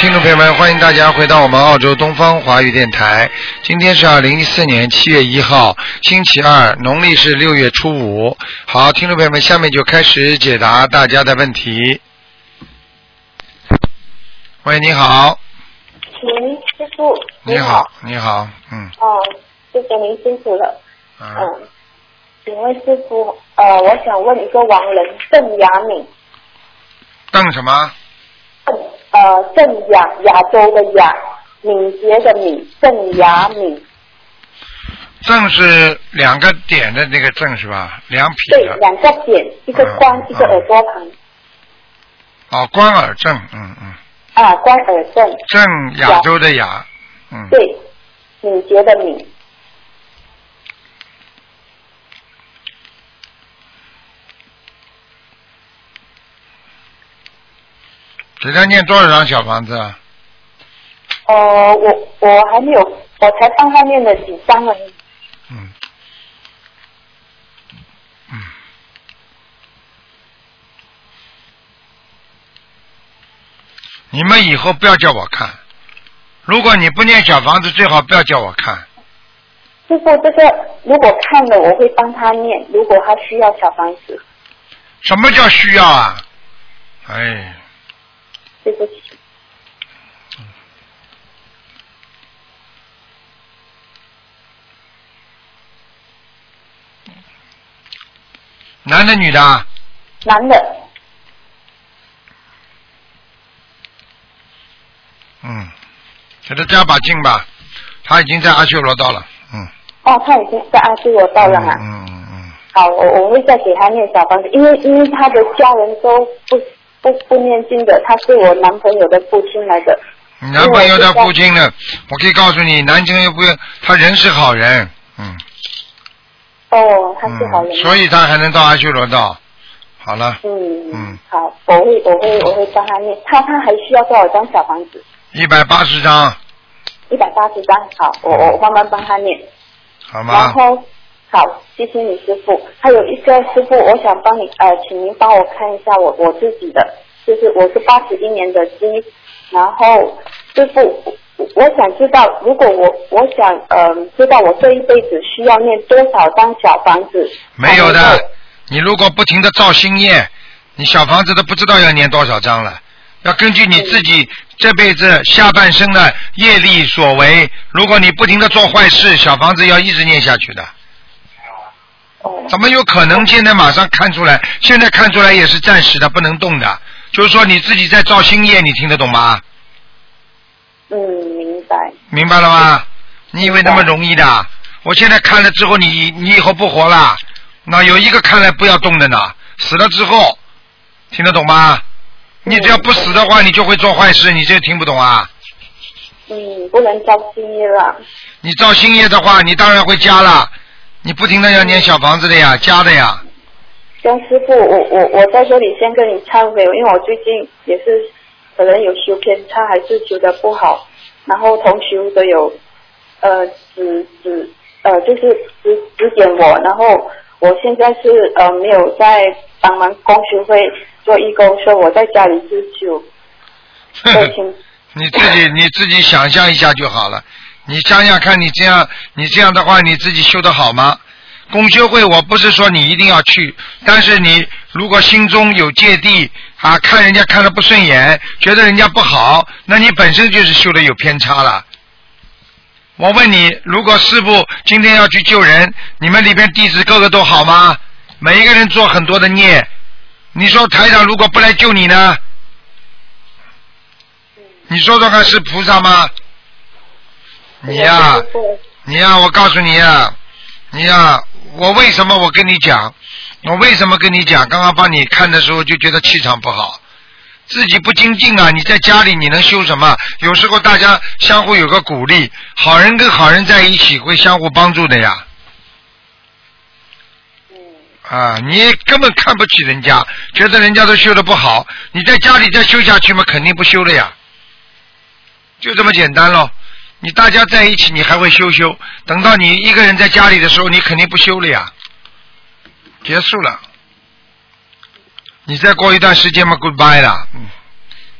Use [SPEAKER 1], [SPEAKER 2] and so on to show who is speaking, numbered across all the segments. [SPEAKER 1] 欢迎大家回到我们澳洲东方华语电台。今天是二零一四年七月一号，星期二，农历是六月初五。好，听众朋友们，下面就开始解答大家的问题。喂，你好，
[SPEAKER 2] 您师傅，
[SPEAKER 1] 你
[SPEAKER 2] 好，
[SPEAKER 1] 好，你好，嗯
[SPEAKER 2] 哦，谢谢您辛苦了，
[SPEAKER 1] 嗯，
[SPEAKER 2] 嗯，请问师傅，呃，我想问一个亡人邓雅敏，
[SPEAKER 1] 邓什么？
[SPEAKER 2] 邓呃邓雅亚洲的雅，敏捷的敏，邓雅敏，
[SPEAKER 1] 邓是两个点的那个邓是吧？两匹
[SPEAKER 2] 对，
[SPEAKER 1] 的，
[SPEAKER 2] 两个点，一个
[SPEAKER 1] 嗯
[SPEAKER 2] 关，一个
[SPEAKER 1] 嗯
[SPEAKER 2] 耳朵旁，
[SPEAKER 1] 哦，关尔正，嗯嗯，
[SPEAKER 2] 啊，关耳正，
[SPEAKER 1] 正亚洲的亚，嗯，
[SPEAKER 2] 对，敏捷的敏，
[SPEAKER 1] 给他念多少张小房子啊？
[SPEAKER 2] 呃，我我还没有，我才帮他念了几张而已，
[SPEAKER 1] 嗯，嗯，你们以后不要叫我看，如果你不念小房子，最好不要叫我看。
[SPEAKER 2] 师傅，这个如果看了我会帮他念，如果他需要小房子，
[SPEAKER 1] 什么叫需要啊？哎，
[SPEAKER 2] 对不起。
[SPEAKER 1] 男的女的啊？
[SPEAKER 2] 男的，
[SPEAKER 1] 嗯，给他加把劲吧，他已经在阿修罗道了。嗯，
[SPEAKER 2] 哦，他已经在阿修罗道了哈、
[SPEAKER 1] 嗯嗯嗯
[SPEAKER 2] 好，我我会再给他念小房子，因为因为他的家人都不不不念经的，他是我男朋友的父亲来的。
[SPEAKER 1] 嗯，你男朋友他父亲呢？我可以告诉你，男朋友不要，他人是好人。嗯。
[SPEAKER 2] 哦，他是好人。
[SPEAKER 1] 嗯，所以他还能到阿修罗道。好了，
[SPEAKER 2] 嗯
[SPEAKER 1] 嗯
[SPEAKER 2] 好，我会我会我会帮他念。他他还需要多少张小房子？
[SPEAKER 1] 一百八十张，
[SPEAKER 2] 一百八十张。好，我我我慢慢帮他念。
[SPEAKER 1] 好
[SPEAKER 2] 然
[SPEAKER 1] 吗？
[SPEAKER 2] 后，好，谢谢你师傅。还有一个师傅，我想帮你呃，请您帮我看一下我我自己的，就是我是八十一年的鸡，然后师傅，我我想知道，如果我我想呃，知道我这一辈子需要念多少张小房子？
[SPEAKER 1] 没有
[SPEAKER 2] 才能够
[SPEAKER 1] 的，你如果不停的造新业，你小房子都不知道要念多少张了。要根据你自己
[SPEAKER 2] 嗯
[SPEAKER 1] 这辈子下半生的业力所为，如果你不停的做坏事，小房子要一直念下去的。
[SPEAKER 2] 哦，
[SPEAKER 1] 怎么有可能现在马上看出来？现在看出来也是暂时的，不能动的。就是说你自己在造新业，你听得懂吗？
[SPEAKER 2] 嗯，明白。
[SPEAKER 1] 明白了吗？你以为那么容易的？我现在看了之后，你你以后不活了。那有一个看来不要动的呢，死了之后，听得懂吗？你只要不死的话，你就会做坏事，你这听不懂啊？
[SPEAKER 2] 嗯，不能着急了。
[SPEAKER 1] 你造新业的话，你当然会加了，你不停的要念小房子的呀，加的呀，
[SPEAKER 2] 江师傅，我我我在这里先跟你忏悔，因为我最近也是可能有修偏差，还是修的不好，然后同修的有呃指指呃就是指指点我，然后我现在是呃没有在帮忙公修会做义工，所以我在家里自修。对，请
[SPEAKER 1] 你自己你自己想象一下就好了。你想想看，你这样你这样的话，你自己修得好吗？公修会我不是说你一定要去，但是你如果心中有芥蒂啊，看人家看的不顺眼，觉得人家不好，那你本身就是修的有偏差了。我问你，如果师傅今天要去救人，你们里边弟子个个都好吗？每一个人做很多的孽，你说台长如果不来救你呢？你说说看是菩萨吗？你呀、
[SPEAKER 2] 师傅
[SPEAKER 1] 你呀、我告诉你呀、你呀、我为什么我跟你讲，我为什么跟你讲？刚刚帮你看的时候就觉得气场不好，自己不精进啊！你在家里你能修什么？有时候大家相互有个鼓励，好人跟好人在一起会相互帮助的呀。啊，你根本看不起人家，觉得人家都修的不好，你在家里再修下去嘛，肯定不修了呀，就这么简单咯。你大家在一起，你还会修修，等到你一个人在家里的时候，你肯定不修了呀，结束了。你再过一段时间嘛，goodbye 了，嗯，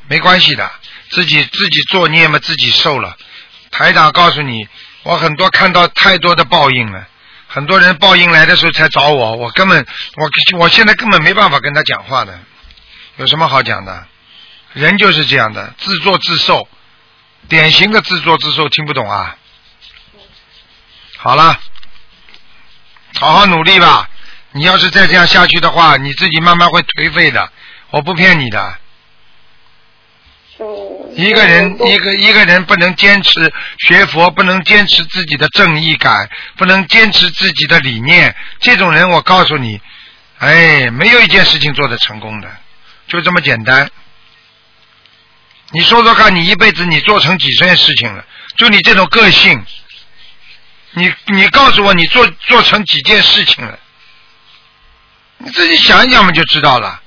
[SPEAKER 1] 没关系的。自己自己作孽嘛，自己受了。台长告诉你，我很多看到太多的报应了，很多人报应来的时候才找我，我根本我我现在根本没办法跟他讲话的，有什么好讲的？人就是这样的，自作自受，典型的自作自受，听不懂啊？好了，好好努力吧。你要是再这样下去的话，你自己慢慢会颓废的，我不骗你的。
[SPEAKER 2] 嗯，
[SPEAKER 1] 一个人一个一个人不能坚持学佛，不能坚持自己的正义感，不能坚持自己的理念，这种人我告诉你，哎，没有一件事情做得成功的，就这么简单。你说说看，你一辈子你做成几件事情了？就你这种个性，你你告诉我你做做成几件事情了？你自己想一想嘛就知道了。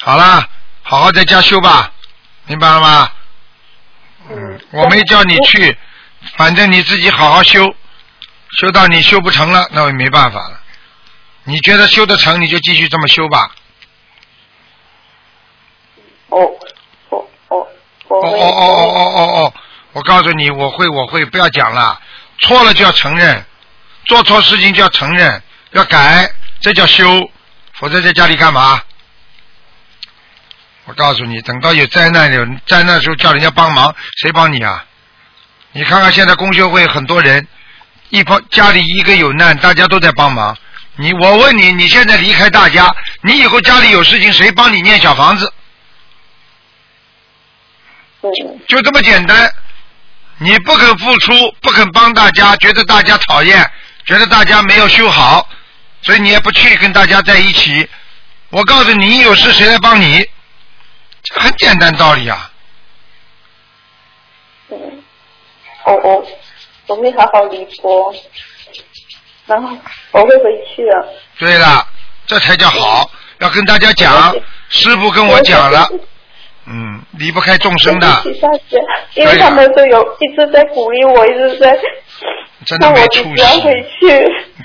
[SPEAKER 1] 好啦，好好在家修吧，明白了吗？
[SPEAKER 2] 嗯，
[SPEAKER 1] 我没叫你去，反正你自己好好修，修到你修不成了，那我也没办法了。你觉得修得成，你就继续这么修吧。
[SPEAKER 2] 我我我
[SPEAKER 1] 哦
[SPEAKER 2] 我
[SPEAKER 1] 哦
[SPEAKER 2] 会
[SPEAKER 1] 哦哦哦哦哦！我告诉你，我会，我会，不要讲了。错了就要承认，做错事情就要承认，要改，这叫修。否则在家里干嘛？我告诉你，等到有灾难有灾难的时候叫人家帮忙，谁帮你啊？你看看现在公修会很多人，一帮家里一个有难，大家都在帮忙。你我问你，你现在离开大家，你以后家里有事情谁帮你念小房子？
[SPEAKER 2] 嗯
[SPEAKER 1] 就这么简单。你不肯付出，不肯帮大家，觉得大家讨厌，觉得大家没有修好，所以你也不去跟大家在一起。我告诉你，你有事谁来帮你？这很简单道理啊。
[SPEAKER 2] 嗯，我我我会好好离播，然后我会回去的。
[SPEAKER 1] 对了，这才叫好，要跟大家讲。师傅跟我讲了，嗯，离不开众生的啊
[SPEAKER 2] 一，起下学，因为他们都有一直在鼓励我，一直在
[SPEAKER 1] 真的
[SPEAKER 2] 让
[SPEAKER 1] 没
[SPEAKER 2] 我
[SPEAKER 1] 出
[SPEAKER 2] 只
[SPEAKER 1] 息，
[SPEAKER 2] 要回去。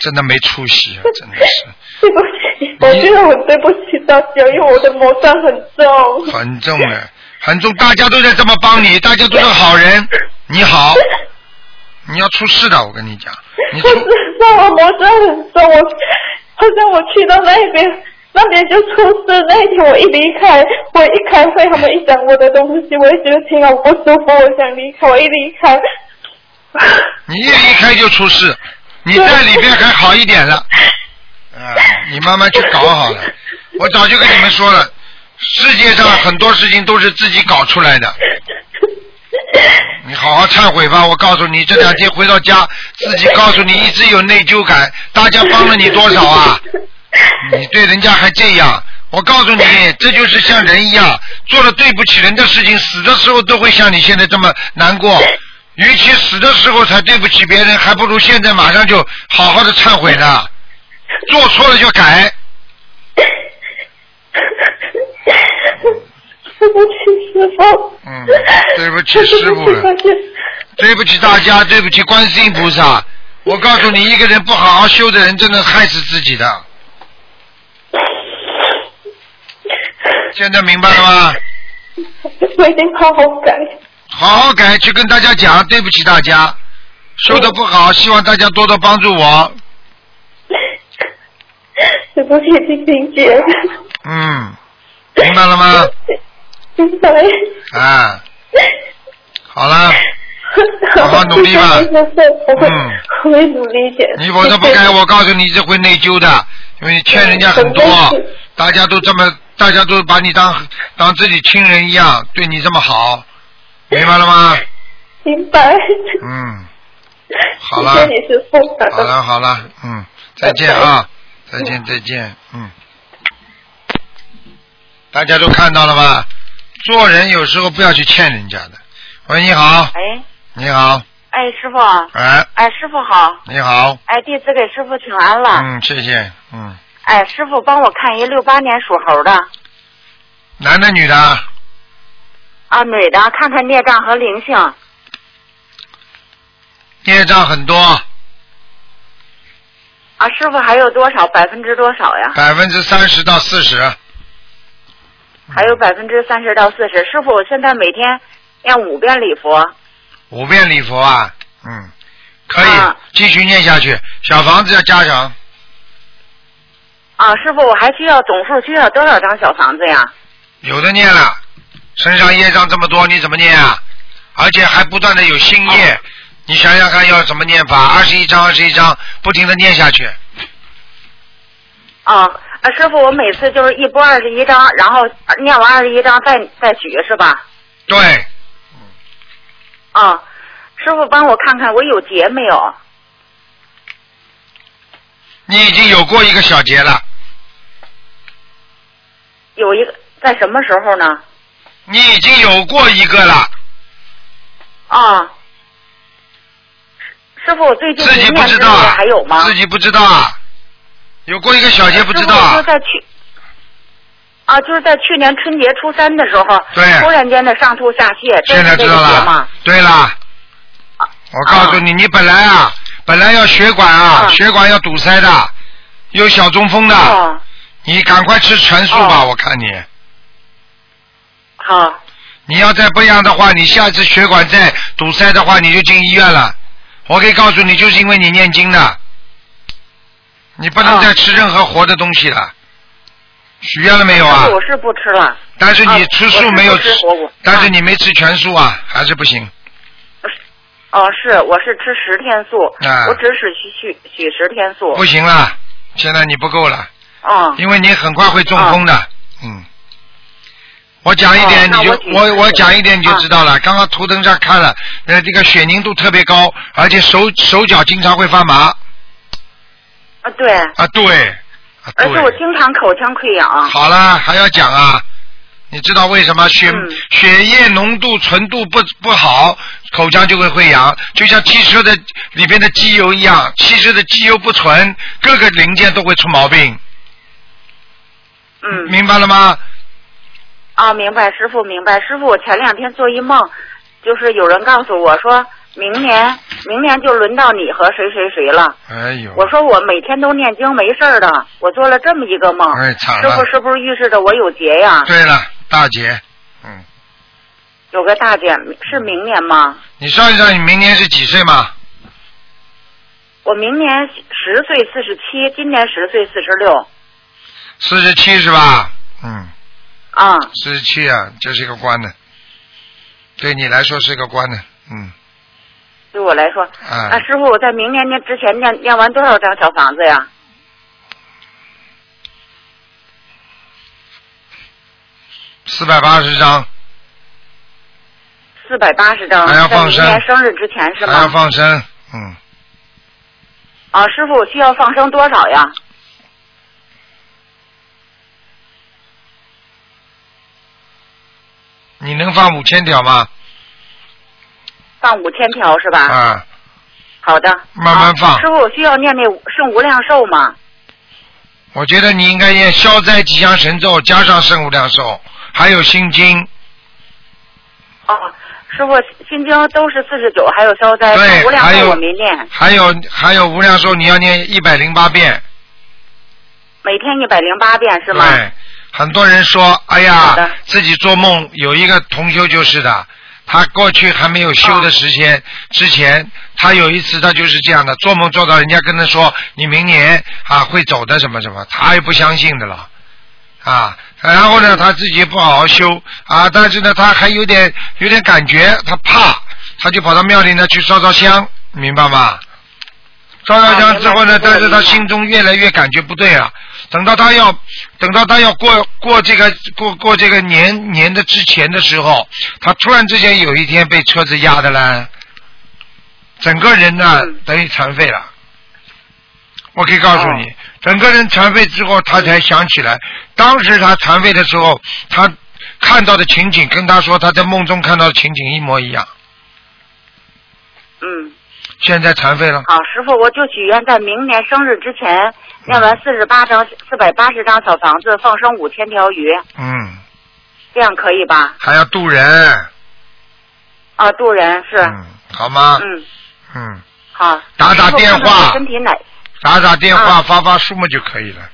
[SPEAKER 1] 真的没出息啊，真的是。
[SPEAKER 2] 对不起，我觉得我对不起大家，因为我的魔障很重。
[SPEAKER 1] 很重的，很重，大家都在这么帮你，大家都是好人，你好，你要出事的，我跟你讲， 你
[SPEAKER 2] 可
[SPEAKER 1] 出
[SPEAKER 2] 是让我魔障很重，我好像我去到那边，那边就出事。那一天我一离开，我一开会，他们一讲我的东西，我就觉得天啊，我不舒服，我想离开。我一离开，
[SPEAKER 1] 你一离开就出事，你在里边还好一点了，啊，你慢慢去搞好了。我早就跟你们说了，世界上很多事情都是自己搞出来的。你好好忏悔吧，我告诉你，这两天回到家，自己告诉你一直有内疚感，大家帮了你多少啊？你对人家还这样，我告诉你，这就是像人一样，做了对不起人的事情，死的时候都会像你现在这么难过。与其死的时候才对不起别人，还不如现在马上就好好的忏悔呢。做错了就改，
[SPEAKER 2] 对不起，师傅。
[SPEAKER 1] 嗯对不起师傅了
[SPEAKER 2] 对不起大
[SPEAKER 1] 对不起大家，
[SPEAKER 2] 家
[SPEAKER 1] 对不起观世音菩萨。我告诉你，一个人不好好修的人，真的害死自己的。现在明白了吗？
[SPEAKER 2] 我一定好好改。
[SPEAKER 1] 好好改，去跟大家讲，对不起大家，修的不好，希望大家多多帮助我。
[SPEAKER 2] 对不起，晶晶姐，
[SPEAKER 1] 嗯，明白了吗？
[SPEAKER 2] 明白。
[SPEAKER 1] 啊，好了，好好努力吧
[SPEAKER 2] 我会我会
[SPEAKER 1] 嗯
[SPEAKER 2] 我会努力一点。
[SPEAKER 1] 你否则不改，我告诉你，这会内疚的，因为你欠人家嗯很 多，大家都这么，大家都把你当当自己亲人一样，对你这么好，明白了吗？
[SPEAKER 2] 明白。
[SPEAKER 1] 嗯， 好了
[SPEAKER 2] 谢谢你师傅。
[SPEAKER 1] 好了好了，嗯，再见啊，再见再见，嗯。大家都看到了吧？做人有时候不要去欠人家的。喂，你好，
[SPEAKER 3] 哎，
[SPEAKER 1] 你好，
[SPEAKER 3] 哎，师傅，
[SPEAKER 1] 哎，
[SPEAKER 3] 哎，师傅好，
[SPEAKER 1] 你好，
[SPEAKER 3] 哎，弟子给师傅请安了。
[SPEAKER 1] 嗯，谢谢，嗯，
[SPEAKER 3] 哎，师傅帮我看一六八年属猴的
[SPEAKER 1] 男的女的啊？
[SPEAKER 3] 啊，女的，看看孽障和灵性。啊
[SPEAKER 1] 业障很多，
[SPEAKER 3] 啊，师傅还有多少？百分之多少呀？
[SPEAKER 1] 百分之三十到四十。
[SPEAKER 3] 还有百分之三十到四十。师傅，我现在每天念五遍礼佛。
[SPEAKER 1] 五遍礼佛啊，嗯，可以、
[SPEAKER 3] 啊
[SPEAKER 1] 继续念下去。小房子要加强，
[SPEAKER 3] 啊，师傅，我还需要总数需要多少张小房子呀？
[SPEAKER 1] 有的念了，身上业障这么多，你怎么念啊？而且还不断的有新业，
[SPEAKER 3] 哦
[SPEAKER 1] 你想想看要怎么念法？二十一章，二十一章，不停的念下去。
[SPEAKER 3] 啊啊，师傅，我每次就是一波二十一张，然后念完二十一张再再许是吧？
[SPEAKER 1] 对，
[SPEAKER 3] 啊，师傅帮我看看我有结没有？
[SPEAKER 1] 你已经有过一个小节了，
[SPEAKER 3] 有一个在什么时候呢？
[SPEAKER 1] 你已经有过一个了，
[SPEAKER 3] 啊，师师傅，我最近
[SPEAKER 1] 自己
[SPEAKER 3] 您
[SPEAKER 1] 不
[SPEAKER 3] 念
[SPEAKER 1] 知
[SPEAKER 3] 之
[SPEAKER 1] 道
[SPEAKER 3] 后
[SPEAKER 1] 啊
[SPEAKER 3] 还有吗？
[SPEAKER 1] 自己不知道啊，有过一个小节不知道
[SPEAKER 3] 师傅
[SPEAKER 1] 啊
[SPEAKER 3] 就，在去。啊，就是在去年春节初三的时候，
[SPEAKER 1] 对
[SPEAKER 3] 突然间的上吐下泻，这
[SPEAKER 1] 现在
[SPEAKER 3] 是
[SPEAKER 1] 知
[SPEAKER 3] 这个
[SPEAKER 1] 道
[SPEAKER 3] 节啊吗
[SPEAKER 1] 了？。对了，我告诉你，你本来啊，本来要血管啊，
[SPEAKER 3] 啊
[SPEAKER 1] 血管要堵塞的，有小中风的，
[SPEAKER 3] 哦，
[SPEAKER 1] 你赶快吃全素吧，
[SPEAKER 3] 哦
[SPEAKER 1] 我看你。
[SPEAKER 3] 好，
[SPEAKER 1] 你要再不一样的话，你下次血管再堵塞的话，你就进医院了。我可以告诉你，就是因为你念经的，你不能
[SPEAKER 3] 哦
[SPEAKER 1] 再吃任何活的东西了。许愿了没有啊
[SPEAKER 3] 但是？我是不吃了。
[SPEAKER 1] 但是你
[SPEAKER 3] 啊
[SPEAKER 1] 吃素没有
[SPEAKER 3] 我是不吃火锅
[SPEAKER 1] 但是你没吃全素啊，还是不行。
[SPEAKER 3] 哦，是，我是吃十天素，
[SPEAKER 1] 啊
[SPEAKER 3] 我只许许许十天素。
[SPEAKER 1] 不行了，现在你不够了，
[SPEAKER 3] 嗯，
[SPEAKER 1] 因为你很快会中风的。嗯。我讲一点
[SPEAKER 3] 啊哦
[SPEAKER 1] 你就
[SPEAKER 3] 那我举
[SPEAKER 1] 我
[SPEAKER 3] 例
[SPEAKER 1] 我讲一点你就
[SPEAKER 3] 啊
[SPEAKER 1] 知道了。刚刚图腾上看了，呃，这个血凝度特别高，而且手手脚经常会发麻。
[SPEAKER 3] 啊对，
[SPEAKER 1] 啊，对，啊
[SPEAKER 3] 而且我
[SPEAKER 1] 对，
[SPEAKER 3] 经常口腔溃疡。
[SPEAKER 1] 好了，还要讲啊。你知道为什么血、
[SPEAKER 3] 嗯
[SPEAKER 1] 血液浓度纯度不不好，口腔就会溃疡，就像汽车的里边的机油一样，汽车的机油不纯，各个零件都会出毛病，
[SPEAKER 3] 嗯，
[SPEAKER 1] 明白了吗？
[SPEAKER 3] 啊，明白，师傅明白，师傅，我前两天做一梦，就是有人告诉我说，明年明年就轮到你和谁谁谁了。
[SPEAKER 1] 哎呦，
[SPEAKER 3] 我说我每天都念经没事儿的，我做了这么一个梦，
[SPEAKER 1] 哎惨
[SPEAKER 3] 师
[SPEAKER 1] 了
[SPEAKER 3] 傅是不是预示着我有劫呀？
[SPEAKER 1] 对了，大姐，嗯，
[SPEAKER 3] 有个大劫是明年吗？
[SPEAKER 1] 你算一算你明年是几岁嘛？
[SPEAKER 3] 我明年十岁四十七，今年十岁四十六。
[SPEAKER 1] 四十七是吧？嗯，
[SPEAKER 3] 啊，
[SPEAKER 1] 四十七啊，这是一个关呢，对你来说是一个关呢，嗯，
[SPEAKER 3] 对我来说，
[SPEAKER 1] 啊
[SPEAKER 3] 啊，师傅，我在明年念之前念念完多少张小房子呀？
[SPEAKER 1] 四百八十张。
[SPEAKER 3] 四百八十张，
[SPEAKER 1] 还要
[SPEAKER 3] 在
[SPEAKER 1] 放
[SPEAKER 3] 明
[SPEAKER 1] 生
[SPEAKER 3] 年生日之前是
[SPEAKER 1] 还要
[SPEAKER 3] 吗？
[SPEAKER 1] 放生，嗯，
[SPEAKER 3] 啊，师傅，我需要放生多少呀？
[SPEAKER 1] 你能放五千条吗？
[SPEAKER 3] 放五千条是吧？
[SPEAKER 1] 啊，
[SPEAKER 3] 好的，
[SPEAKER 1] 慢慢放
[SPEAKER 3] 啊师傅，我需要念那圣无量寿吗？
[SPEAKER 1] 我觉得你应该念消灾吉祥神咒，加上圣无量寿，还有心经，啊
[SPEAKER 3] 哦，师傅，心经都是四十九，还有消灾，
[SPEAKER 1] 对
[SPEAKER 3] 呃圣无量
[SPEAKER 1] 还有
[SPEAKER 3] 寿我没念，
[SPEAKER 1] 还有还有无量寿，你要念一百零八遍，
[SPEAKER 3] 每天一百零八遍是吗？
[SPEAKER 1] 对，很多人说，哎呀
[SPEAKER 3] 好的，
[SPEAKER 1] 自己做梦有一个同修就是的，他过去还没有修的时间、之前，他有一次他就是这样的，做梦做到人家跟他说你明年啊会走的什么什么，他也不相信的了。啊，然后
[SPEAKER 3] 嗯
[SPEAKER 1] 呢，他自己也不好好修啊，但是呢，他还有点有点感觉，他怕，他就跑到庙里呢去烧烧香，明白吗？烧烧香之后呢，
[SPEAKER 3] 啊明白
[SPEAKER 1] 但是他
[SPEAKER 3] 明白
[SPEAKER 1] 心中越来越感觉不对了。等到他要等到他要过过这个过过这个年年的之前的时候，他突然之间有一天被车子压的啦，整个人呢、
[SPEAKER 3] 嗯
[SPEAKER 1] 等于残废了。我可以告诉你，
[SPEAKER 3] 哦
[SPEAKER 1] 整个人残废之后，他才想起来，当时他残废的时候，他看到的情景跟他说他在梦中看到的情景一模一样。
[SPEAKER 3] 嗯，
[SPEAKER 1] 现在残废了，
[SPEAKER 3] 好，师傅，我就许愿在明年生日之前念完四十八张、四百八十张小房子，放生五千条鱼，
[SPEAKER 1] 嗯，
[SPEAKER 3] 这样可以吧？
[SPEAKER 1] 还要渡人，
[SPEAKER 3] 啊，渡人是，
[SPEAKER 1] 嗯，好吗？
[SPEAKER 3] 嗯，
[SPEAKER 1] 嗯，
[SPEAKER 3] 好。
[SPEAKER 1] 打打
[SPEAKER 3] 师傅
[SPEAKER 1] 电
[SPEAKER 3] 看看
[SPEAKER 1] 话
[SPEAKER 3] 我身体哪？
[SPEAKER 1] 打打电话，
[SPEAKER 3] 啊
[SPEAKER 1] 发发书嘛就可以了。嗯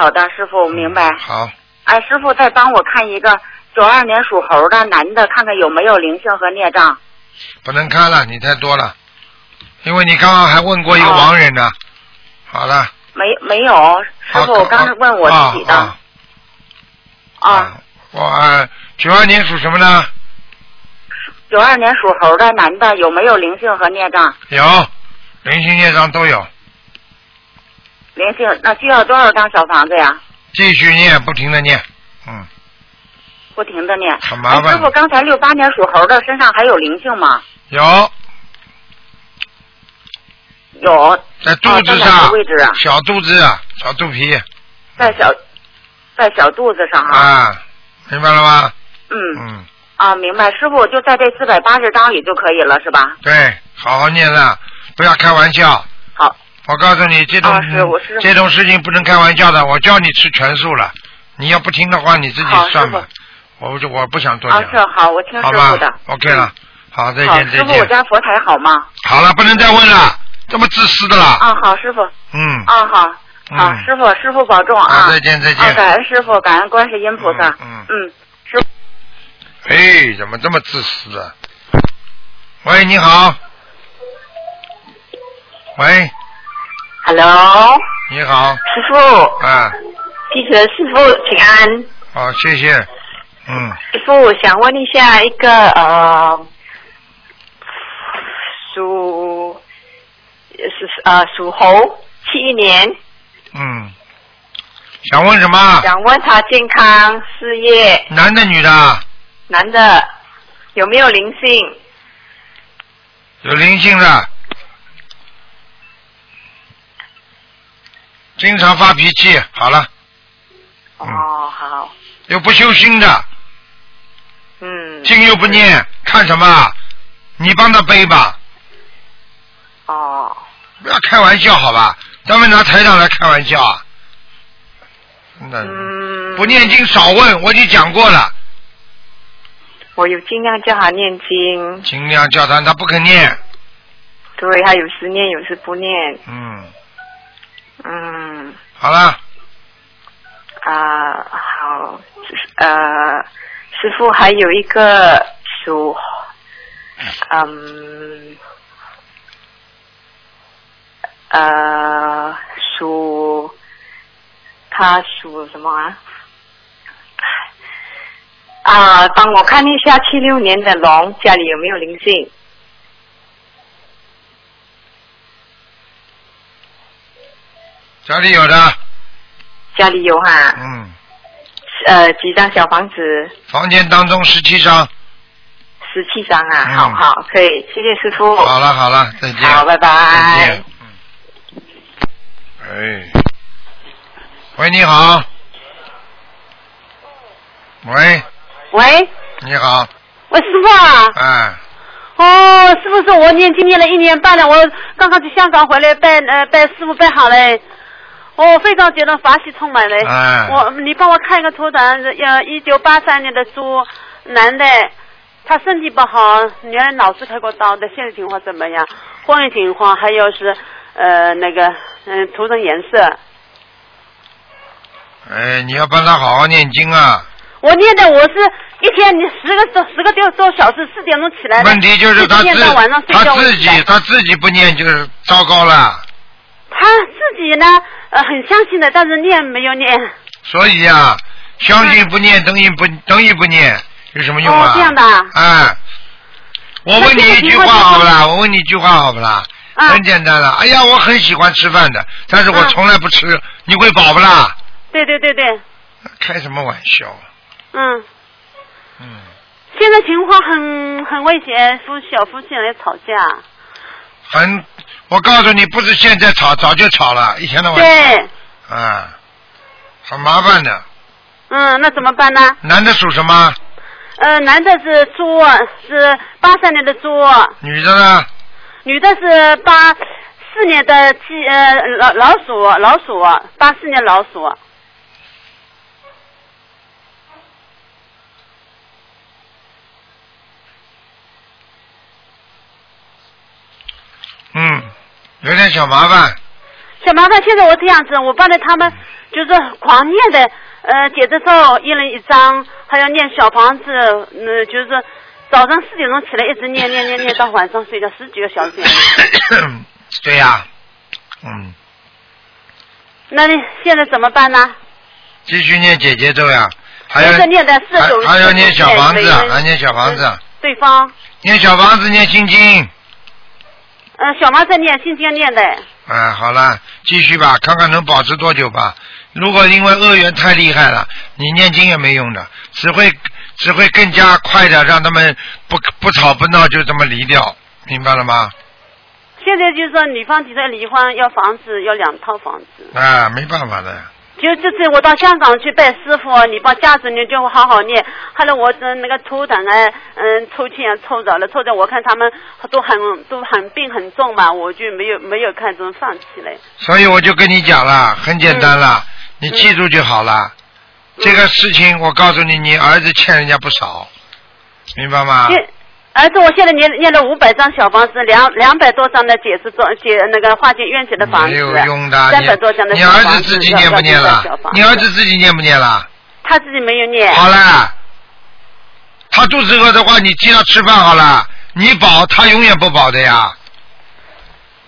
[SPEAKER 3] 好的，师傅，我明白。
[SPEAKER 1] 好，
[SPEAKER 3] 哎，师傅再帮我看一个九二年属猴的男的，看看有没有灵性和孽障。
[SPEAKER 1] 不能看了，你太多了，因为你刚刚还问过一个
[SPEAKER 3] 哦
[SPEAKER 1] 亡人呢。好了，
[SPEAKER 3] 没没有，师
[SPEAKER 1] 好
[SPEAKER 3] 傅，我刚才问我自己的。
[SPEAKER 1] 啊啊
[SPEAKER 3] 啊，
[SPEAKER 1] 啊我啊，九二年属什么呢？
[SPEAKER 3] 九二年属猴的男的有没有灵性和孽障？
[SPEAKER 1] 有，灵性业障都有，
[SPEAKER 3] 灵性那需要多少张小房子呀？
[SPEAKER 1] 继续念，不停的念，嗯，
[SPEAKER 3] 不停的念。
[SPEAKER 1] 很麻烦
[SPEAKER 3] 哎师傅，刚才六八年属猴的身上还有灵性吗？
[SPEAKER 1] 有
[SPEAKER 3] 有，
[SPEAKER 1] 在肚
[SPEAKER 3] 哦在
[SPEAKER 1] 子
[SPEAKER 3] 哪
[SPEAKER 1] 上，
[SPEAKER 3] 个位置啊
[SPEAKER 1] 小肚子啊，小肚皮
[SPEAKER 3] 在小在小肚子上哈、
[SPEAKER 1] 啊，明白了吗？
[SPEAKER 3] 嗯
[SPEAKER 1] 嗯，
[SPEAKER 3] 啊，明白。师傅就在这四百八十张里就可以了，是吧？
[SPEAKER 1] 对，好好念了，不要开玩笑。
[SPEAKER 3] 好，
[SPEAKER 1] 我告诉你，这种、
[SPEAKER 3] 啊是我是
[SPEAKER 1] 这种事情不能开玩笑的。我叫你吃全素了，你要不听的话，你自己
[SPEAKER 3] 好
[SPEAKER 1] 算
[SPEAKER 3] 师傅
[SPEAKER 1] 吧。我就我不想多
[SPEAKER 3] 啊，
[SPEAKER 1] 讲
[SPEAKER 3] 是，好，我听师
[SPEAKER 1] 好
[SPEAKER 3] 傅
[SPEAKER 1] 吧
[SPEAKER 3] 的。嗯
[SPEAKER 1] ？OK 了，好，再
[SPEAKER 3] 好，
[SPEAKER 1] 见，
[SPEAKER 3] 师
[SPEAKER 1] 再
[SPEAKER 3] 傅，我
[SPEAKER 1] 见。
[SPEAKER 3] 家佛台好吗？
[SPEAKER 1] 好了，不能再问了，这么自私的啦。
[SPEAKER 3] 啊，好，师傅，
[SPEAKER 1] 嗯，
[SPEAKER 3] 啊，好，好，
[SPEAKER 1] 嗯
[SPEAKER 3] 师傅，师傅保重啊！
[SPEAKER 1] 好，再见，再
[SPEAKER 3] 啊，
[SPEAKER 1] 见。
[SPEAKER 3] 感恩师傅，感恩观世音菩萨。
[SPEAKER 1] 嗯
[SPEAKER 3] 嗯，师傅，
[SPEAKER 1] 哎，怎么这么自私啊？喂，你好。喂，
[SPEAKER 4] Hello，
[SPEAKER 1] 你好，
[SPEAKER 4] 哦师傅，
[SPEAKER 1] 啊，
[SPEAKER 4] 弟子师傅请安。
[SPEAKER 1] 好，谢谢，嗯，
[SPEAKER 4] 师傅，我想问一下一个呃，属是呃属猴，七一年，
[SPEAKER 1] 嗯，想问什么？
[SPEAKER 4] 想问他健康、事业，
[SPEAKER 1] 男的女的啊？
[SPEAKER 4] 男的有没有灵性？
[SPEAKER 1] 有灵性的，经常发脾气。好了，嗯
[SPEAKER 4] 哦，好，
[SPEAKER 1] 又不修心的，
[SPEAKER 4] 嗯，
[SPEAKER 1] 经又不念，看什么啊？你帮他背吧，
[SPEAKER 4] 哦，
[SPEAKER 1] 不要开玩笑好吧？专门拿台长来开玩笑啊！那、
[SPEAKER 4] 嗯，
[SPEAKER 1] 不念经少问，我已经讲过了，
[SPEAKER 4] 我有尽量叫他念经，
[SPEAKER 1] 尽量叫他，他不肯念。
[SPEAKER 4] 对他有时念，有时不念，
[SPEAKER 1] 嗯，
[SPEAKER 4] 嗯。
[SPEAKER 1] 好了，
[SPEAKER 4] 啊、好，呃，师傅还有一个属，嗯，呃，属，他属什么啊？啊、帮我看一下七六年的龙家里有没有灵性？
[SPEAKER 1] 家里有的，
[SPEAKER 4] 家里有哈、
[SPEAKER 1] 嗯，
[SPEAKER 4] 呃，几张小房子？
[SPEAKER 1] 房间当中十七张。
[SPEAKER 4] 十七张啊，
[SPEAKER 1] 嗯
[SPEAKER 4] 好好，可以，谢谢师傅。
[SPEAKER 1] 好了好了，再见。
[SPEAKER 4] 好拜拜
[SPEAKER 1] 再见。嗯。哎。喂，你好。喂，
[SPEAKER 5] 喂，
[SPEAKER 1] 你好，
[SPEAKER 5] 喂，师傅啊！
[SPEAKER 1] 哎，
[SPEAKER 5] 哦，师傅说我念经念了一年半了，我刚刚去香港回来拜呃拜师傅拜好嘞，哦，非常觉得法喜充满嘞。
[SPEAKER 1] 哎
[SPEAKER 5] 我你帮我看一个图腾，呃，一九八三年的猪，男的，他身体不好，原来脑子开过刀的，现在情况怎么样？婚姻情况还有是呃那个嗯、图腾颜色。
[SPEAKER 1] 哎，你要帮他好好念经啊。
[SPEAKER 5] 我念的我是一天十个多十个多多小时，四点钟起来的。
[SPEAKER 1] 问题就是他
[SPEAKER 5] 一直
[SPEAKER 1] 自
[SPEAKER 5] 念到晚上睡觉
[SPEAKER 1] 他
[SPEAKER 5] 为止
[SPEAKER 1] 自己他自己不念就是糟糕了，
[SPEAKER 5] 他自己呢，呃，很相信的，但是念没有念。
[SPEAKER 1] 所以呀、啊，相信不念等于不等于不念有什么用啊？
[SPEAKER 5] 哦这样的啊
[SPEAKER 1] 哎，我问你一句话好不啦？我问你一句话好不啦？
[SPEAKER 5] 啊
[SPEAKER 1] 很简单了。哎呀，我很喜欢吃饭的，但是我
[SPEAKER 5] 嗯
[SPEAKER 1] 从来不吃，你会饱不啦？
[SPEAKER 5] 对对对对，
[SPEAKER 1] 开什么玩笑？啊
[SPEAKER 5] 嗯，
[SPEAKER 1] 嗯，
[SPEAKER 5] 现在情况很很危险，夫小夫妻来吵架。
[SPEAKER 1] 很，我告诉你，不是现在吵，早就吵了，一天到晚
[SPEAKER 5] 对，
[SPEAKER 1] 啊，很麻烦的。
[SPEAKER 5] 嗯，那怎么办呢？
[SPEAKER 1] 男的属什么？
[SPEAKER 5] 呃，男的是猪，是八三年的猪，
[SPEAKER 1] 女的呢？
[SPEAKER 5] 女的是八四年的鸡，呃，老老鼠，老鼠，八四年老鼠。
[SPEAKER 1] 嗯，有点小麻烦。
[SPEAKER 5] 小麻烦，现在我这样子，我帮着他们就是狂念的，呃，姐姐咒一人一张，还要念小房子，嗯、就是早上四点钟起来一直念念念念到晚上睡觉十几个小时。
[SPEAKER 1] 对呀、嗯，
[SPEAKER 5] 那你现在怎么办呢？
[SPEAKER 1] 继续念姐姐咒呀，还
[SPEAKER 5] 现
[SPEAKER 1] 要
[SPEAKER 5] 在念的四
[SPEAKER 1] 还
[SPEAKER 5] 九
[SPEAKER 1] 还要念小房子，啊还
[SPEAKER 5] 还
[SPEAKER 1] 念小房子，啊
[SPEAKER 5] 对方，
[SPEAKER 1] 念小房子念心经，
[SPEAKER 5] 呃，小妈在念，星期天念的，
[SPEAKER 1] 啊，好了，继续吧，看看能保持多久吧。如果因为恶缘太厉害了，你念经也没用的，只会只会更加快的让他们不不吵不闹就这么离掉，明白了吗？
[SPEAKER 5] 现在就是说女方提出离婚，要房子，要两套房子。
[SPEAKER 1] 啊，没办法的，
[SPEAKER 5] 就这次我到香港去拜师傅，你帮家子你就好好念。后来我的那个头疼啊，嗯，抽筋啊，抽着了，抽着我看他们都很都很病很重嘛，我就没有没有看中放弃了。
[SPEAKER 1] 所以我就跟你讲了，很简单了，
[SPEAKER 5] 嗯
[SPEAKER 1] 你记住就好了。这个事情我告诉你，你儿子欠人家不少，明白吗？
[SPEAKER 5] 现儿子，我现在念念了五百张小房子，两两百多张的解释中解那个化解冤结的房子，
[SPEAKER 1] 没有用的，
[SPEAKER 5] 三
[SPEAKER 1] 你
[SPEAKER 5] 百多张的
[SPEAKER 1] 你
[SPEAKER 5] 小
[SPEAKER 1] 儿
[SPEAKER 5] 房
[SPEAKER 1] 子自己
[SPEAKER 5] 要
[SPEAKER 1] 念不念
[SPEAKER 5] 要
[SPEAKER 1] 了
[SPEAKER 5] 小房？
[SPEAKER 1] 你儿子自己念不念了？
[SPEAKER 5] 他自己没有念，
[SPEAKER 1] 好了，他肚子饿的话，你替他吃饭好了。你饱，他永远不饱的呀。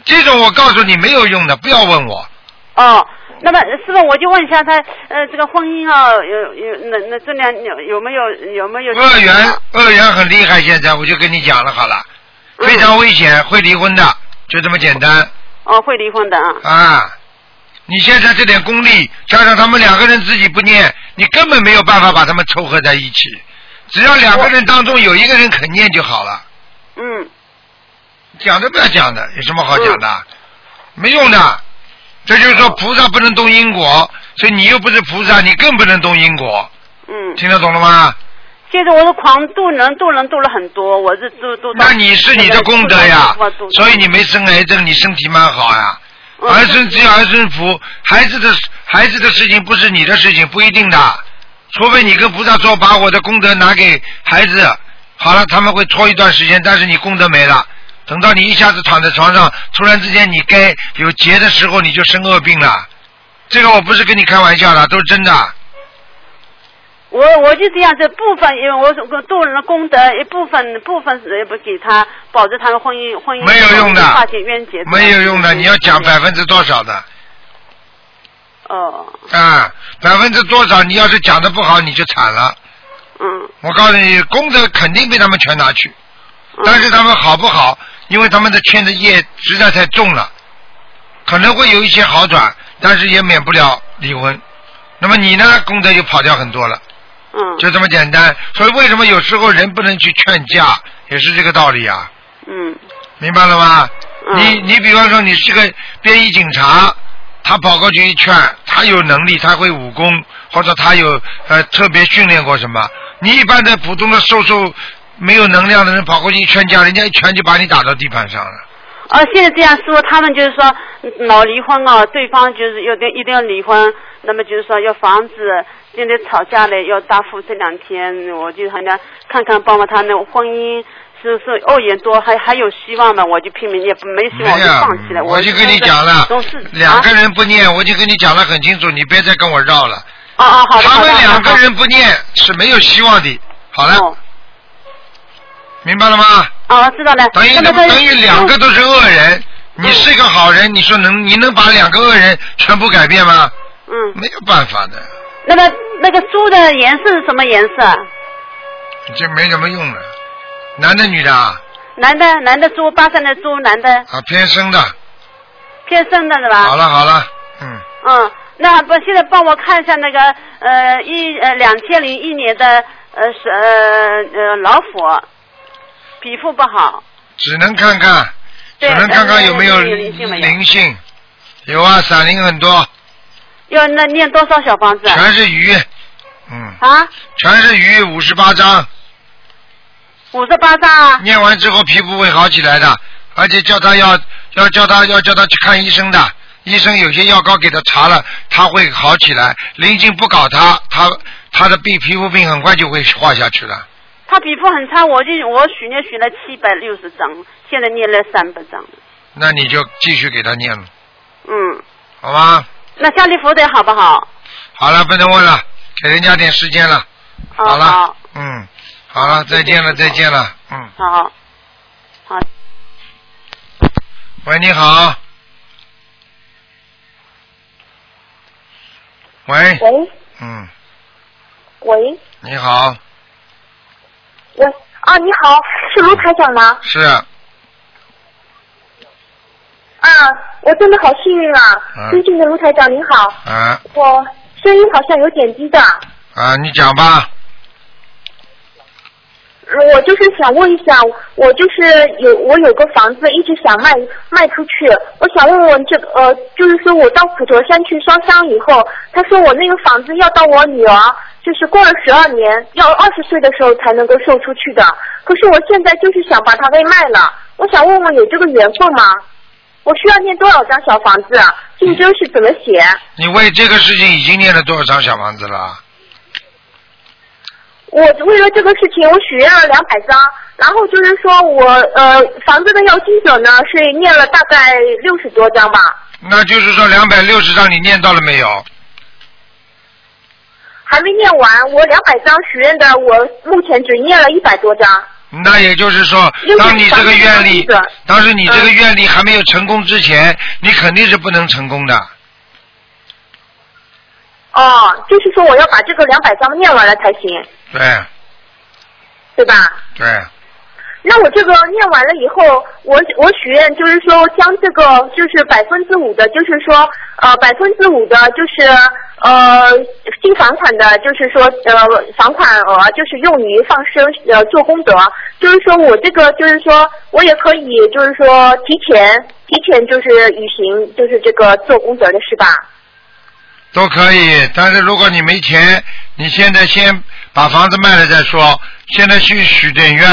[SPEAKER 1] 这种我告诉你没有用的，不要问我。
[SPEAKER 5] 哦，那么师傅，我就问一下他，呃，这个婚姻啊，有有那那这两有有没有有没有
[SPEAKER 1] 恶缘，恶缘很厉害，现在我就跟你讲了好了，非常危险，会离婚的，就这么简单
[SPEAKER 5] 哦，会离婚的啊。
[SPEAKER 1] 啊。你现在这点功力，加上他们两个人自己不念，你根本没有办法把他们凑合在一起。只要两个人当中有一个人肯念就好了。
[SPEAKER 5] 嗯，
[SPEAKER 1] 讲都不要讲的，有什么好讲的？没用的。这就是说，菩萨不能动因果，所以你又不是菩萨，你更不能动因果。
[SPEAKER 5] 嗯，
[SPEAKER 1] 听得懂了吗？
[SPEAKER 5] 现在我是狂度人，度人度了很多，我是度度到。
[SPEAKER 1] 那你是你的功德呀
[SPEAKER 5] 那个度到，
[SPEAKER 1] 所以你没生癌症，你身体蛮好呀。
[SPEAKER 5] 嗯
[SPEAKER 1] 儿孙自有儿孙福，孩子的孩子的事情不是你的事情，不一定的。除非你跟菩萨说把我的功德拿给孩子，好了，他们会拖一段时间，但是你功德没了。等到你一下子躺在床上，突然之间你该有劫的时候，你就生恶病了。这个我不是跟你开玩笑的，都是真的。
[SPEAKER 5] 我我就这样子，部分因为我我度人的功德，一部分部分也不给他，保证他的婚姻婚姻
[SPEAKER 1] 没有用的
[SPEAKER 5] 化解冤结。
[SPEAKER 1] 没有
[SPEAKER 5] 嗯
[SPEAKER 1] 用的，你要讲百分之多少的
[SPEAKER 5] 哦，
[SPEAKER 1] 啊？百分之多少？你要是讲的不好，你就惨了。
[SPEAKER 5] 嗯，
[SPEAKER 1] 我告诉你，功德肯定被他们全拿去，
[SPEAKER 5] 嗯
[SPEAKER 1] 但是他们好不好？因为他们的欠的业实在太重了，可能会有一些好转，但是也免不了离婚。那么你呢，功德就跑掉很多了，
[SPEAKER 5] 嗯
[SPEAKER 1] 就这么简单。所以为什么有时候人不能去劝架，也是这个道理啊，
[SPEAKER 5] 嗯
[SPEAKER 1] 明白了吗？
[SPEAKER 5] 嗯
[SPEAKER 1] 你你比方说你是个便衣警察，他跑过去一劝，他有能力，他会武功，或者他有呃特别训练过什么。你一般的普通的瘦瘦没有能量的人跑过去一劝架，人家一拳就把你打到地板上了。
[SPEAKER 5] 哦，现在这样说，他们就是说老离婚啊，对方就是有点一定要离婚，那么就是说要房子，现在吵架了，要答复这两天，我就好像看看帮帮他那婚姻是是二言多，还还有希望嘛，我就拼命也不没希
[SPEAKER 1] 没
[SPEAKER 5] 望，我就
[SPEAKER 1] 有
[SPEAKER 5] 放弃了。，我
[SPEAKER 1] 我就跟你讲了
[SPEAKER 5] 总是，
[SPEAKER 1] 两个
[SPEAKER 5] 啊
[SPEAKER 1] 人不念，我就跟你讲了很清楚，你别再跟我绕了。
[SPEAKER 5] 哦哦好
[SPEAKER 1] 他
[SPEAKER 5] 的好的，
[SPEAKER 1] 们
[SPEAKER 5] 好
[SPEAKER 1] 两
[SPEAKER 5] 的
[SPEAKER 1] 个人不念是没有希望的。好了，
[SPEAKER 5] 哦
[SPEAKER 1] 明白了吗？
[SPEAKER 5] 哦知道了，
[SPEAKER 1] 等于
[SPEAKER 5] 那么嗯他嗯
[SPEAKER 1] 等于两个都是恶人，你是一个好人，你说能你能把两个恶人全部改变吗？
[SPEAKER 5] 嗯，
[SPEAKER 1] 没有办法的，
[SPEAKER 5] 那么那个猪的颜色是什么颜色啊？
[SPEAKER 1] 这没什么用了。男的女的啊，
[SPEAKER 5] 男的男的猪，八三的猪，男的
[SPEAKER 1] 啊偏生的。
[SPEAKER 5] 偏深的是吧？
[SPEAKER 1] 好了好了，嗯，
[SPEAKER 5] 嗯，那不现在帮我看一下那个呃一呃两千零一年的呃是呃呃老虎，皮肤不好，
[SPEAKER 1] 只能看看，只
[SPEAKER 5] 对
[SPEAKER 1] 能看看有没有
[SPEAKER 5] 但是灵性没有
[SPEAKER 1] 灵性。有啊，闪灵很多，
[SPEAKER 5] 要那念多少小房子？
[SPEAKER 1] 全是鱼，嗯，
[SPEAKER 5] 啊，
[SPEAKER 1] 全是鱼，五十八章，
[SPEAKER 5] 五十八张 啊。
[SPEAKER 1] 念完之后皮肤会好起来的，而且叫他要要叫他要叫他去看医生的，医生有些药膏给他查了，他会好起来。灵性不搞他，他他的病皮肤病很快就会化下去了。
[SPEAKER 5] 他皮肤很差，我就我许愿许了七百六十张，现在念了三百张。
[SPEAKER 1] 那你就继续给他念了，
[SPEAKER 5] 嗯，
[SPEAKER 1] 好吗？
[SPEAKER 5] 那下礼佛得好不好？
[SPEAKER 1] 好了，不能问了，给人家点时间了。
[SPEAKER 5] 嗯
[SPEAKER 1] 好了
[SPEAKER 5] 好，
[SPEAKER 1] 嗯，好了，再见了，再见了，嗯。
[SPEAKER 5] 好，好，
[SPEAKER 1] 喂，你好。喂，
[SPEAKER 2] 喂
[SPEAKER 1] 嗯，
[SPEAKER 2] 喂
[SPEAKER 1] 你好，
[SPEAKER 2] 喂啊，你好，是卢台长吗？
[SPEAKER 1] 是，嗯
[SPEAKER 2] 啊，我真的好幸运啊！
[SPEAKER 1] 嗯
[SPEAKER 2] 尊敬的卢台长您好，
[SPEAKER 1] 啊
[SPEAKER 2] 我声音好像有点低的，
[SPEAKER 1] 啊，你讲吧，
[SPEAKER 2] 呃我就是想问一下，我就是有我有个房子一直想卖卖出去，我想问问这呃，就是说我到普陀山去烧香以后，他说我那个房子要到我女儿，就是过了十二年，要二十岁的时候才能够售出去的。可是我现在就是想把它给卖了，我想问问有这个缘分吗？我需要念多少张小房子啊？竞争是怎么写？
[SPEAKER 1] 你为这个事情已经念了多少张小房子了？
[SPEAKER 2] 我为了这个事情，我许愿了两百张，然后就是说我呃房子的要经者呢是念了大概六十多张吧，
[SPEAKER 1] 那就是说两百六十张你念到了没有？
[SPEAKER 2] 还没念完。我两百张许愿的，我目前只念了一百多张。
[SPEAKER 1] 那也就是说
[SPEAKER 2] 因为，
[SPEAKER 1] 当你这个愿
[SPEAKER 2] 房
[SPEAKER 1] 力
[SPEAKER 2] 子的房子，
[SPEAKER 1] 当时你这个
[SPEAKER 2] 嗯
[SPEAKER 1] 愿力还没有成功之前，你肯定是不能成功的。
[SPEAKER 2] 哦，就是说我要把这个两百张念完了才行，
[SPEAKER 1] 对
[SPEAKER 2] 对吧？
[SPEAKER 1] 对，
[SPEAKER 2] 那我这个念完了以后，我我许愿就是说将这个就是百分之五的，就是说呃百分之五的，就是呃新房款的，就是说呃房款额就是用于放生呃做功德，就是说我这个就是说我也可以就是说提前提前就是履行就是这个做功德的是吧？
[SPEAKER 1] 都可以。但是如果你没钱，你现在先把房子卖了再说，现在去许点愿，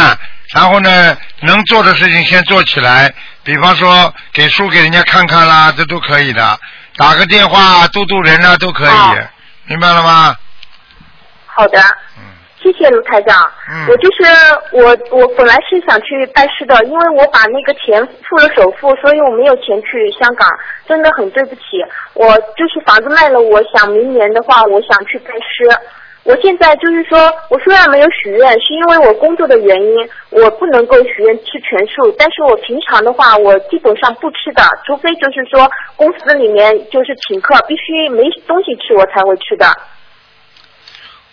[SPEAKER 1] 然后呢，能做的事情先做起来，比方说给书给人家看看啦，这都可以的。打个电话渡渡人啦、都可以，
[SPEAKER 2] 哦
[SPEAKER 1] 明白了吗？
[SPEAKER 2] 好的。
[SPEAKER 1] 嗯。
[SPEAKER 2] 谢谢卢台长，
[SPEAKER 1] 嗯
[SPEAKER 2] 我就是我，我本来是想去拜师的，因为我把那个钱付了首付，所以我没有钱去香港，真的很对不起。我就是房子卖了，我想明年的话，我想去拜师。我现在就是说，我虽然没有许愿，是因为我工作的原因，我不能够许愿吃全素，但是我平常的话，我基本上不吃的，除非就是说公司里面就是请客，必须没东西吃我才会吃的。啊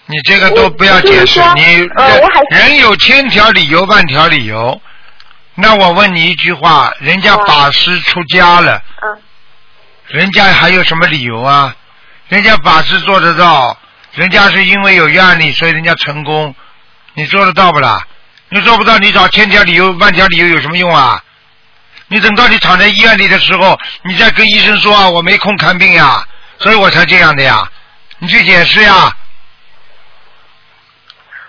[SPEAKER 1] 你这个都不要解释，
[SPEAKER 2] 我
[SPEAKER 1] 你
[SPEAKER 2] 呃
[SPEAKER 1] 人
[SPEAKER 2] 我还是
[SPEAKER 1] 人有千条理由万条理由。那我问你一句话，人家
[SPEAKER 2] 嗯
[SPEAKER 1] 法师出家了，
[SPEAKER 2] 嗯。
[SPEAKER 1] 人家还有什么理由啊？人家法师做得到，人家是因为有愿力，所以人家成功。你做得到不啦？你做不到，你找千条理由万条理由有什么用啊？你等到你躺在医院里的时候，你再跟医生说啊，我没空看病呀，所以我才这样的呀。你去解释呀。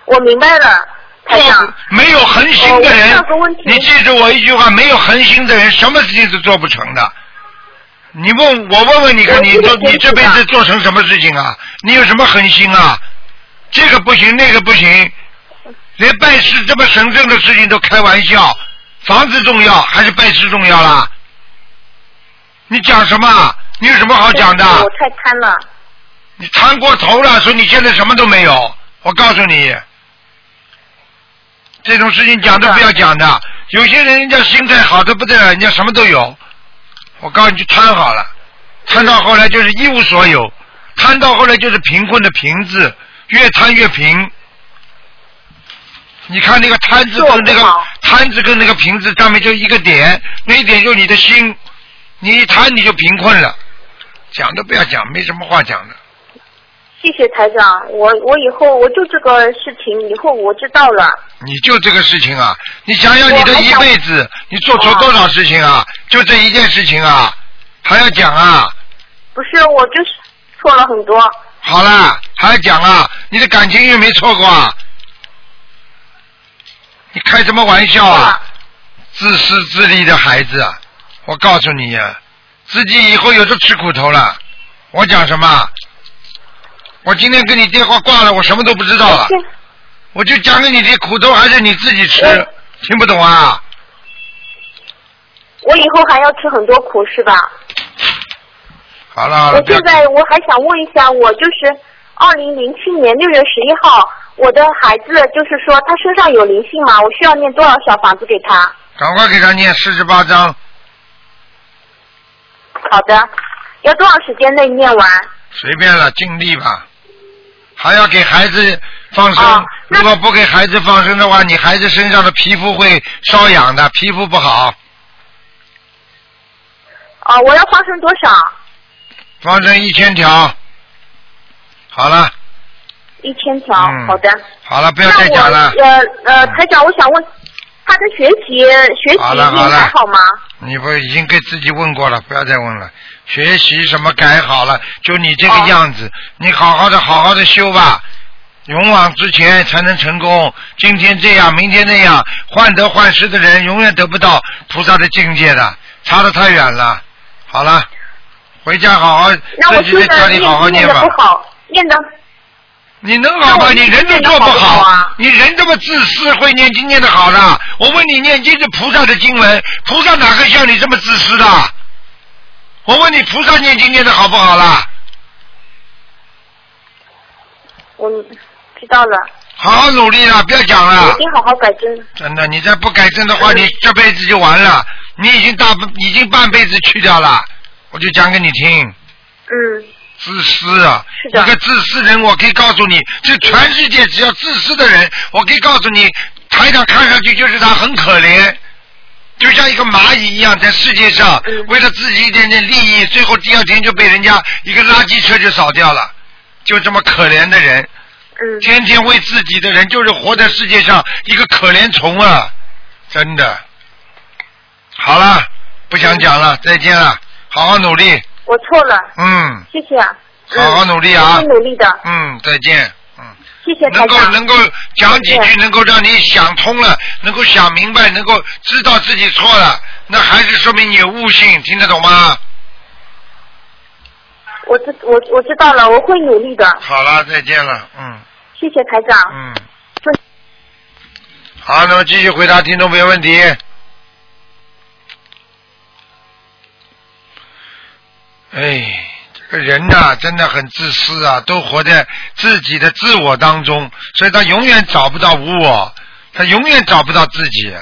[SPEAKER 2] 我明白了，
[SPEAKER 1] 哦
[SPEAKER 2] 台长。
[SPEAKER 1] 没有恒心的人，
[SPEAKER 2] 哦我知道个问题
[SPEAKER 1] 你记住我一句话：没有恒心的人，什么事情都做不成的。你问我问问你看，
[SPEAKER 2] 我
[SPEAKER 1] 你
[SPEAKER 2] 记得
[SPEAKER 1] 做
[SPEAKER 2] 清楚
[SPEAKER 1] 你这辈子做成什么事情啊？你有什么恒心啊？这个不行，那个不行，连拜师这么神圣的事情都开玩笑，房子重要还是拜师重要啦？你讲什么啊？你有什么好讲的？
[SPEAKER 2] 我太贪了。
[SPEAKER 1] 你贪过头了，所以你现在什么都没有。我告诉你，这种事情讲都不要讲的。有些人人家心态好的不得了，人家什么都有。我告诉你，就贪好了，贪到后来就是一无所有，贪到后来就是贫困的贫字，越贪越贫。你看那个贪字跟那
[SPEAKER 2] 做不
[SPEAKER 1] 个
[SPEAKER 2] 好
[SPEAKER 1] 贪字跟那个贫字上面就一个点，那一点就是你的心，你一贪你就贫困了。讲都不要讲，没什么话讲的。
[SPEAKER 2] 谢谢台长，我我以后我就这个事情，以后我知道了。
[SPEAKER 1] 你就这个事情啊，你想想你
[SPEAKER 2] 我
[SPEAKER 1] 的
[SPEAKER 2] 还
[SPEAKER 1] 一
[SPEAKER 2] 想
[SPEAKER 1] 辈子，你做错多少事情啊？就这一件事情啊，还要讲啊？
[SPEAKER 2] 不是，我就是错了很多。
[SPEAKER 1] 好啦，还要讲啊？你的感情又没错过啊？你开什么玩笑啊
[SPEAKER 2] 啊？
[SPEAKER 1] 自私自利的孩子，啊！我告诉你啊，自己以后有的吃苦头了。我讲什么？啊我今天跟你电话挂了，我什么都不知道了。
[SPEAKER 2] 现
[SPEAKER 1] 我就讲给你听，苦头还是你自己吃
[SPEAKER 2] 我，
[SPEAKER 1] 听不懂啊？
[SPEAKER 2] 我以后还要吃很多苦是吧？
[SPEAKER 1] 好了好了，
[SPEAKER 2] 我
[SPEAKER 1] 不要
[SPEAKER 2] 现在我还想问一下，我就是二零零七年六月十一号，我的孩子就是说他身上有灵性嘛，我需要念多少小房子给他？
[SPEAKER 1] 赶快给他念四十八章，
[SPEAKER 2] 好的，要多少时间内念完？
[SPEAKER 1] 随便了，尽力吧。还要给孩子放生，
[SPEAKER 2] 哦那
[SPEAKER 1] 如果不给孩子放生的话，你孩子身上的皮肤会瘙痒的，皮肤不好。
[SPEAKER 2] 哦，我要放生多少？
[SPEAKER 1] 放生一千条。好了，
[SPEAKER 2] 一千条。
[SPEAKER 1] 嗯
[SPEAKER 2] 好的。
[SPEAKER 1] 好了，不要
[SPEAKER 2] 那
[SPEAKER 1] 再讲了
[SPEAKER 2] 我。呃呃，台长，我想问他的学习学习
[SPEAKER 1] 好了好
[SPEAKER 2] 应
[SPEAKER 1] 了
[SPEAKER 2] 该好吗？
[SPEAKER 1] 你不已经给自己问过了，不要再问了。学习什么改好了，就你这个
[SPEAKER 2] 哦
[SPEAKER 1] 样子，你好好的好好的修吧。勇往直前才能成功。今天这样，明天那样，患得患失的人永远得不到菩萨的境界的，差得太远了。好了，回家好好
[SPEAKER 2] 那我
[SPEAKER 1] 自己
[SPEAKER 2] 修
[SPEAKER 1] 在家
[SPEAKER 2] 的
[SPEAKER 1] 里
[SPEAKER 2] 念
[SPEAKER 1] 好好
[SPEAKER 2] 念
[SPEAKER 1] 念
[SPEAKER 2] 的
[SPEAKER 1] 吧
[SPEAKER 2] 不。好，念的
[SPEAKER 1] 你能好
[SPEAKER 2] 那
[SPEAKER 1] 吗？
[SPEAKER 2] 我
[SPEAKER 1] 你人都做
[SPEAKER 2] 念得好不
[SPEAKER 1] 好，
[SPEAKER 2] 好啊
[SPEAKER 1] 你人这么自私，会念经念的好的？我问你，念经是菩萨的经文，菩萨哪个像你这么自私的？我问你，菩萨念经念的好不好啦？
[SPEAKER 2] 我知道了，
[SPEAKER 1] 好好努力啦，不要讲
[SPEAKER 2] 我
[SPEAKER 1] 了
[SPEAKER 2] 一。定好好改正。
[SPEAKER 1] 真的，你再不改正的话，你这辈子就完了。你已经大半已经半辈子去掉了，我就讲给你听。
[SPEAKER 2] 嗯，
[SPEAKER 1] 自私啊！
[SPEAKER 2] 是的
[SPEAKER 1] 一个自私人，我可以告诉你，这全世界只要自私的人，我可以告诉你，台长看上去就是他很可怜，就像一个蚂蚁一样，在世界上
[SPEAKER 2] 嗯
[SPEAKER 1] 为了自己一点点利益，最后第二天就被人家一个垃圾车就扫掉了，就这么可怜的人，
[SPEAKER 2] 嗯，
[SPEAKER 1] 天天为自己的人，就是活在世界上一个可怜虫啊！真的。好了，不想讲了，再见了，好好努力，
[SPEAKER 2] 我错了，
[SPEAKER 1] 嗯。
[SPEAKER 2] 谢谢啊。嗯
[SPEAKER 1] 好好努力啊
[SPEAKER 2] 我会努力的，
[SPEAKER 1] 嗯，再见。嗯，
[SPEAKER 2] 谢谢
[SPEAKER 1] 能
[SPEAKER 2] 台
[SPEAKER 1] 够
[SPEAKER 2] 长。
[SPEAKER 1] 能够讲几
[SPEAKER 2] 再
[SPEAKER 1] 句，
[SPEAKER 2] 见
[SPEAKER 1] 能够让你想通了，能够想明白，能够知道自己错了，那还是说明你有悟性，听得懂吗？
[SPEAKER 2] 我知我我知道了，我会努力的，
[SPEAKER 1] 好了，再见了。嗯
[SPEAKER 2] 谢谢台长。
[SPEAKER 1] 嗯。好，那么继续回答听众朋友问题。哎，这个人呐、真的很自私啊，都活在自己的自我当中，所以他永远找不到无我，他永远找不到自己，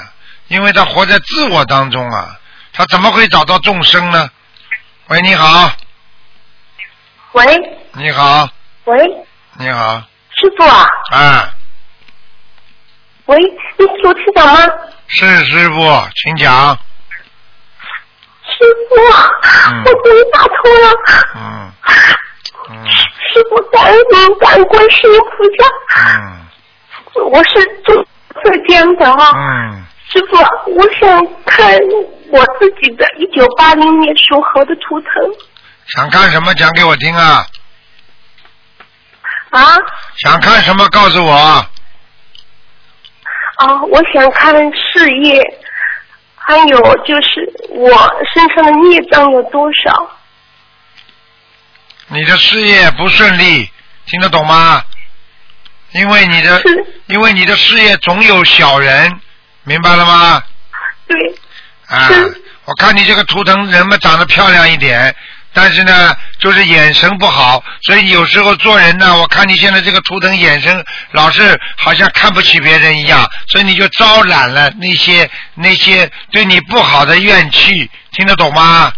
[SPEAKER 1] 因为他活在自我当中啊，他怎么会找到众生呢？喂，你好，
[SPEAKER 2] 喂
[SPEAKER 1] 你好，
[SPEAKER 2] 喂，
[SPEAKER 1] 你好，
[SPEAKER 2] 师傅啊，
[SPEAKER 1] 啊，
[SPEAKER 2] 喂，你是卢市长吗？
[SPEAKER 1] 是师傅，请讲。
[SPEAKER 2] 师傅，啊
[SPEAKER 1] 嗯
[SPEAKER 2] 我终于打通了。
[SPEAKER 1] 嗯嗯
[SPEAKER 2] 师傅，感恩您，感恩观世音菩萨。
[SPEAKER 1] 嗯
[SPEAKER 2] 我是做这间的啊。
[SPEAKER 1] 嗯，
[SPEAKER 2] 师傅，我想看我自己的一九八零年属猴的图腾
[SPEAKER 1] 想看什么讲给我听啊？
[SPEAKER 2] 啊
[SPEAKER 1] 想看什么告诉我啊。
[SPEAKER 2] 啊！我想看事业，还有就是我身上的孽障有多少？
[SPEAKER 1] 你的事业不顺利，听得懂吗？因为你的
[SPEAKER 2] 是，
[SPEAKER 1] 因为你的事业总有小人，明白了吗？
[SPEAKER 2] 对，
[SPEAKER 1] 啊
[SPEAKER 2] 是，
[SPEAKER 1] 我看你这个图腾人嘛长得漂亮一点，但是呢，就是眼神不好，所以有时候做人呢，我看你现在这个图腾眼神老是好像看不起别人一样，所以你就招揽了那些那些对你不好的怨气，听得懂吗？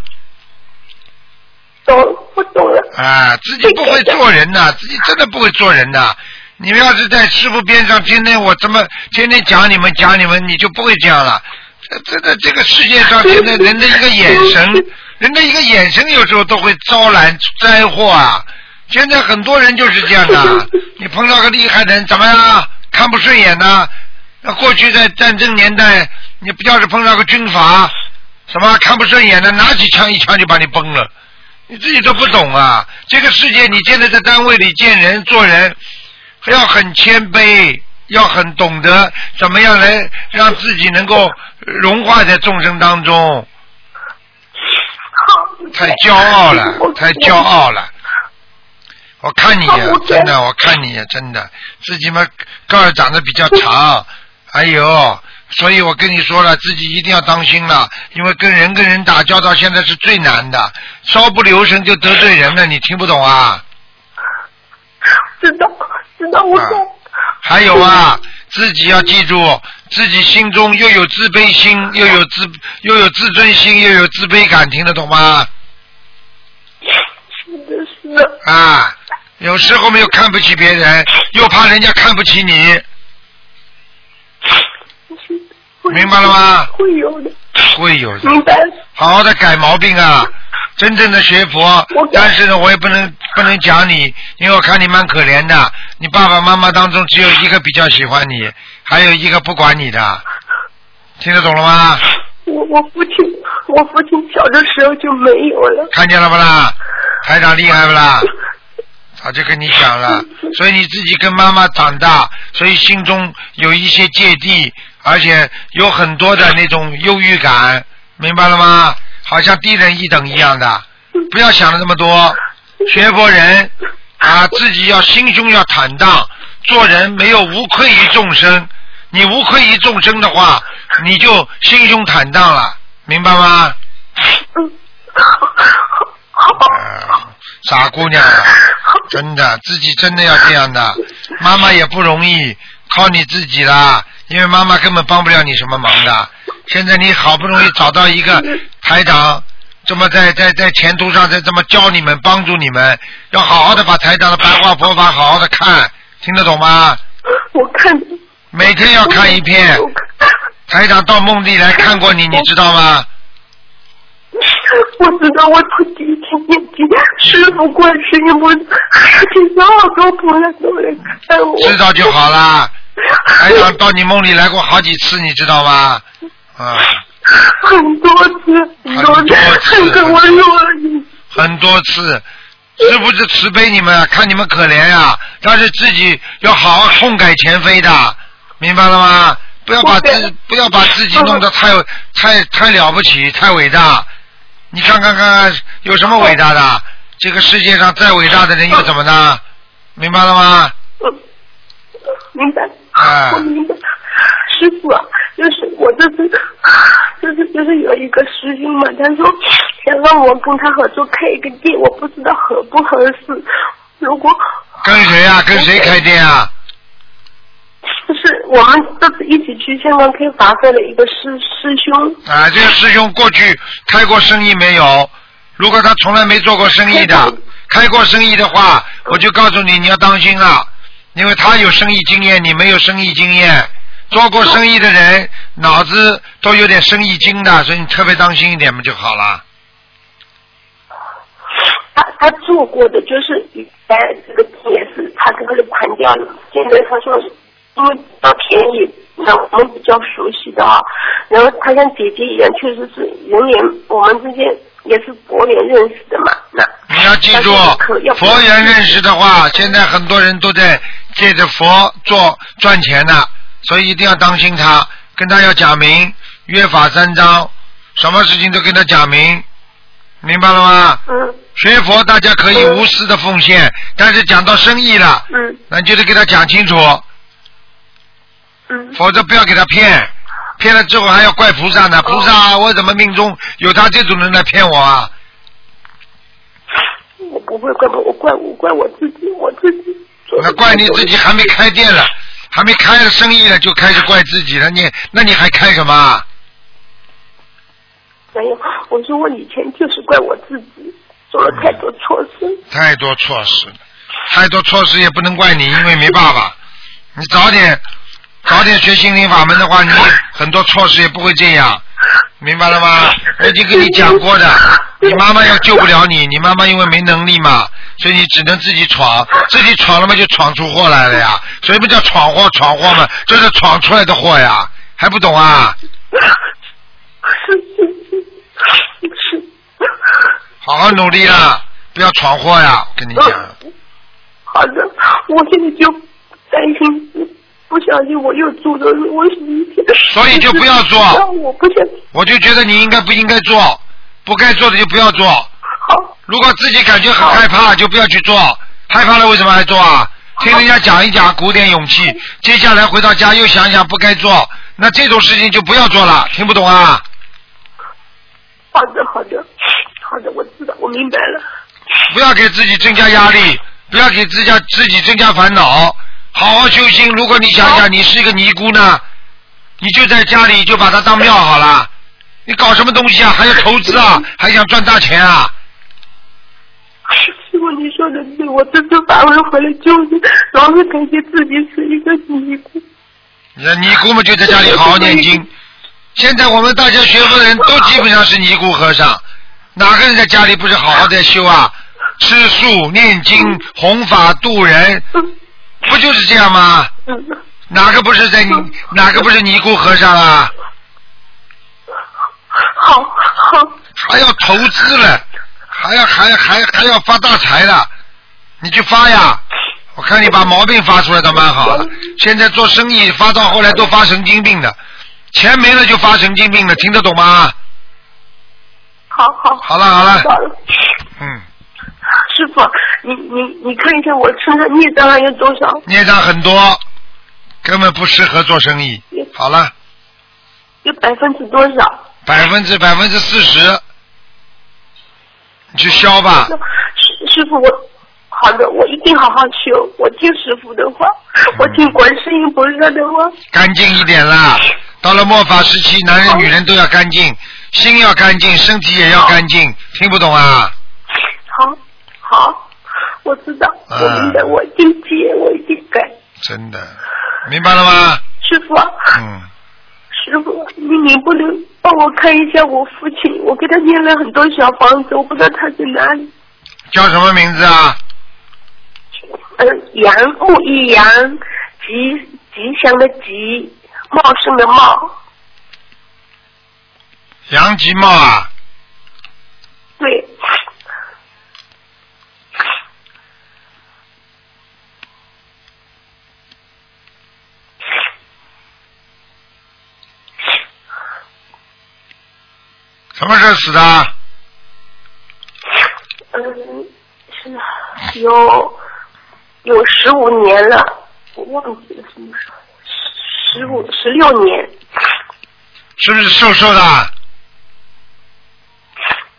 [SPEAKER 2] 懂，我懂了。
[SPEAKER 1] 啊，自己不会做人呐、自己真的不会做人呐、你们要是在师傅边上，天天我这么天天讲你们讲你们，你就不会这样了。这这这这个世界上现在人的一个眼神，人的一个眼神有时候都会招揽灾祸啊。现在很多人就是这样的，你碰到个厉害的人，怎么样啊看不顺眼呢、那过去在战争年代，你不要是碰到个军阀，什么啊看不顺眼的，拿起枪一枪就把你崩了。你自己都不懂啊！这个世界，你现在在单位里见人做人，要很谦卑，要很懂得怎么样来让自己能够融化在众生当中。
[SPEAKER 2] 好，
[SPEAKER 1] 太骄傲了
[SPEAKER 2] 我，
[SPEAKER 1] 太骄。傲了！我看你呀、啊
[SPEAKER 2] 好我
[SPEAKER 1] 真的，我看你呀、啊真的，自己嘛个儿长得比较长， 哎呦，所以我跟你说了，自己一定要当心了，因为跟人跟人打交道现在是最难的，稍不留神就得罪人了，你听不懂啊？
[SPEAKER 2] 知道，知道我
[SPEAKER 1] 啊
[SPEAKER 2] 在。
[SPEAKER 1] 还有啊，
[SPEAKER 2] 嗯
[SPEAKER 1] 自己要记住，自己心中又有自卑心，又有自又有自尊心，又有自卑感，听得懂吗？
[SPEAKER 2] 是的，是的，
[SPEAKER 1] 啊，有时候没有看不起别人，又怕人家看不起
[SPEAKER 2] 哎
[SPEAKER 1] 你，
[SPEAKER 2] 是的会
[SPEAKER 1] 明白了吗？
[SPEAKER 2] 会有的，
[SPEAKER 1] 会有的。
[SPEAKER 2] 明白。
[SPEAKER 1] 好好的改毛病啊！真正的学佛
[SPEAKER 2] 我，改
[SPEAKER 1] 但是呢，我也不能不能讲你，因为我看你蛮可怜的。你爸爸妈妈当中只有一个比较喜欢你，还有一个不管你的，听得懂了吗？
[SPEAKER 2] 我我父亲，我父亲小的时候就没有了。
[SPEAKER 1] 看见了不啦？台长厉害不啦？早就跟你讲了，所以你自己跟妈妈长大，所以心中有一些芥蒂，而且有很多的那种忧郁感，明白了吗？好像低人一等一样的，不要想的那么多。学佛人啊，自己要心胸要坦荡，做人没有无愧于众生。你无愧于众生的话，你就心胸坦荡了，明白吗？啊，傻姑娘啊，真的，自己真的要这样的，妈妈也不容易，靠你自己啦，因为妈妈根本帮不了你什么忙的。现在你好不容易找到一个台长，这么在在在前途上再这么教你们、帮助你们，要好好的把台长的白话佛法好好的看，听得懂吗？
[SPEAKER 2] 我看
[SPEAKER 1] 每天要看一遍，
[SPEAKER 2] 我看
[SPEAKER 1] 台长到梦里来看过你，你知道吗？
[SPEAKER 2] 我知道我从第一天念经，师傅观世音菩萨，这好多菩萨都来看我。
[SPEAKER 1] 知道就好啦。台长到你梦里来过好几次，你知道吗？啊，
[SPEAKER 2] 很多次，很多次，很跟我说，
[SPEAKER 1] 很多次，是不是慈悲你们，啊看你们可怜呀、但是自己要好好痛改前非的，明白了吗？不要把自不要把自己弄得太太太了不起，太伟大。你看看看看，有什么伟大的？这个世界上再伟大的人又怎么的？明白了吗？
[SPEAKER 2] 明白，
[SPEAKER 1] 哎
[SPEAKER 2] 我明白。师傅、啊，就是 我这次，就是就是有一个师兄嘛，他说想让我跟他合作开一个店，我不知道合不合适。如果
[SPEAKER 1] 跟谁啊？跟谁开店啊？
[SPEAKER 2] 就是我们这次一起去香港开法会的一个师师兄，
[SPEAKER 1] 啊，这个师兄过去开过生意没有？如果他从来没做过生意的，开过生意的话，我就告诉你，你要当心了，因为他有生意经验，你没有生意经验。做过生意的人脑子都有点生意经的，所以你特别当心一点不就好了？
[SPEAKER 2] 他他做过的就是以前这个店也是他跟个砍掉了，现在他说因为比较便宜，那我们比较熟悉的啊，然后他像姐姐一样，确实是人也我们之间也是伯脸认识的嘛，那
[SPEAKER 1] 你要记住
[SPEAKER 2] 但是可要，不
[SPEAKER 1] 佛缘认识的话，现在很多人都在借着佛做赚钱的，所以一定要当心他，跟他要讲明，约法三章，什么事情都跟他讲明，明白了吗？
[SPEAKER 2] 嗯
[SPEAKER 1] 学佛大家可以无私的奉献，但是讲到生意了，
[SPEAKER 2] 嗯
[SPEAKER 1] 那你就得给他讲清楚，
[SPEAKER 2] 嗯
[SPEAKER 1] 否则不要给他骗，骗了之后还要怪菩萨呢。菩萨，啊我怎么命中有他这种人来骗我啊？
[SPEAKER 2] 我不会怪我，我怪我怪我自己，我自己 做的
[SPEAKER 1] 那怪你自己还没开店了，还没开了生意了，就开始怪自己了。你那你还开什么啊？
[SPEAKER 2] 没有，我说我以前就是怪我自己做了太多错事。
[SPEAKER 1] 太多措施了，太多措施也不能怪你，因为没爸爸。 你早点早点学心灵法门的话，你很多措施也不会这样，明白了吗？我已经跟你讲过的，你妈妈要救不了你，你妈妈因为没能力嘛，所以你只能自己闯，自己闯了嘛就闯出祸来了呀。所以不叫闯祸，闯祸嘛，这是闯出来的祸呀，还不懂啊？好好努力啦，不要闯祸呀！我跟你讲，
[SPEAKER 2] 好的，我现在就担心，不小心我又做了，我明天。
[SPEAKER 1] 所以就不要做
[SPEAKER 2] 我不想，
[SPEAKER 1] 我就觉得你应该不应该做，不该做的就不要做。
[SPEAKER 2] 好，
[SPEAKER 1] 如果自己感觉很害怕，就不要去做。害怕了为什么还做啊？听人家讲一讲，鼓点勇气。接下来回到家又想想不该做，那这种事情就不要做了。听不懂啊？
[SPEAKER 2] 好的，好的，好的，我知道，我明白了。
[SPEAKER 1] 不要给自己增加压力。不要给自家自己增加烦恼，好好修心。如果你想想你是一个尼姑呢，你就在家里就把它当庙好了，你搞什么东西啊？还要投资啊？还想赚大钱啊？
[SPEAKER 2] 师傅，你说的对，我这次法会回来就是老是感觉自己是一个尼姑。
[SPEAKER 1] 你看尼姑嘛，就在家里好好念经。现在我们大家学佛的人都基本上是尼姑和尚，哪个人在家里不是好好在修啊？吃素、念经、弘法度人，不就是这样吗？哪个不是在哪个不是尼姑和尚啊？
[SPEAKER 2] 好好，
[SPEAKER 1] 还要投资了，还要还还还要发大财了，你去发呀！我看你把毛病发出来倒蛮好的，现在做生意发到后来都发神经病的，钱没了就发神经病了，听得懂吗？
[SPEAKER 2] 好好
[SPEAKER 1] 好了好了，
[SPEAKER 2] 好了。
[SPEAKER 1] 嗯，
[SPEAKER 2] 师傅，你你你看一下我身上孽障还有多少？
[SPEAKER 1] 孽障很多，根本不适合做生意。好了，
[SPEAKER 2] 有百分之多少？
[SPEAKER 1] 百分之百分之四十，你去消吧。
[SPEAKER 2] 师师傅，我好的，我一定好好修。我听师傅的话， 我听观世音菩萨的话。
[SPEAKER 1] 干净一点啦。到了末法时期，男人女人都要干净，心要干净，身体也要干净。听不懂啊？
[SPEAKER 2] 好，好，我知道，
[SPEAKER 1] 嗯
[SPEAKER 2] 我明白，我一定接，我一定改。
[SPEAKER 1] 真的，明白了吗？
[SPEAKER 2] 师傅，
[SPEAKER 1] 嗯，
[SPEAKER 2] 师傅，你能不能帮我看一下我父亲？我给他念了很多小房子，我不知道他在哪里。
[SPEAKER 1] 叫什么名字啊？
[SPEAKER 2] 嗯、杨木一杨，吉吉祥的吉，茂盛的茂，
[SPEAKER 1] 杨吉茂啊，
[SPEAKER 2] 对，
[SPEAKER 1] 什么时候死的？
[SPEAKER 2] 嗯，是有有十五年了，我忘记了什么时候，十五十六年，
[SPEAKER 1] 是不是瘦瘦的？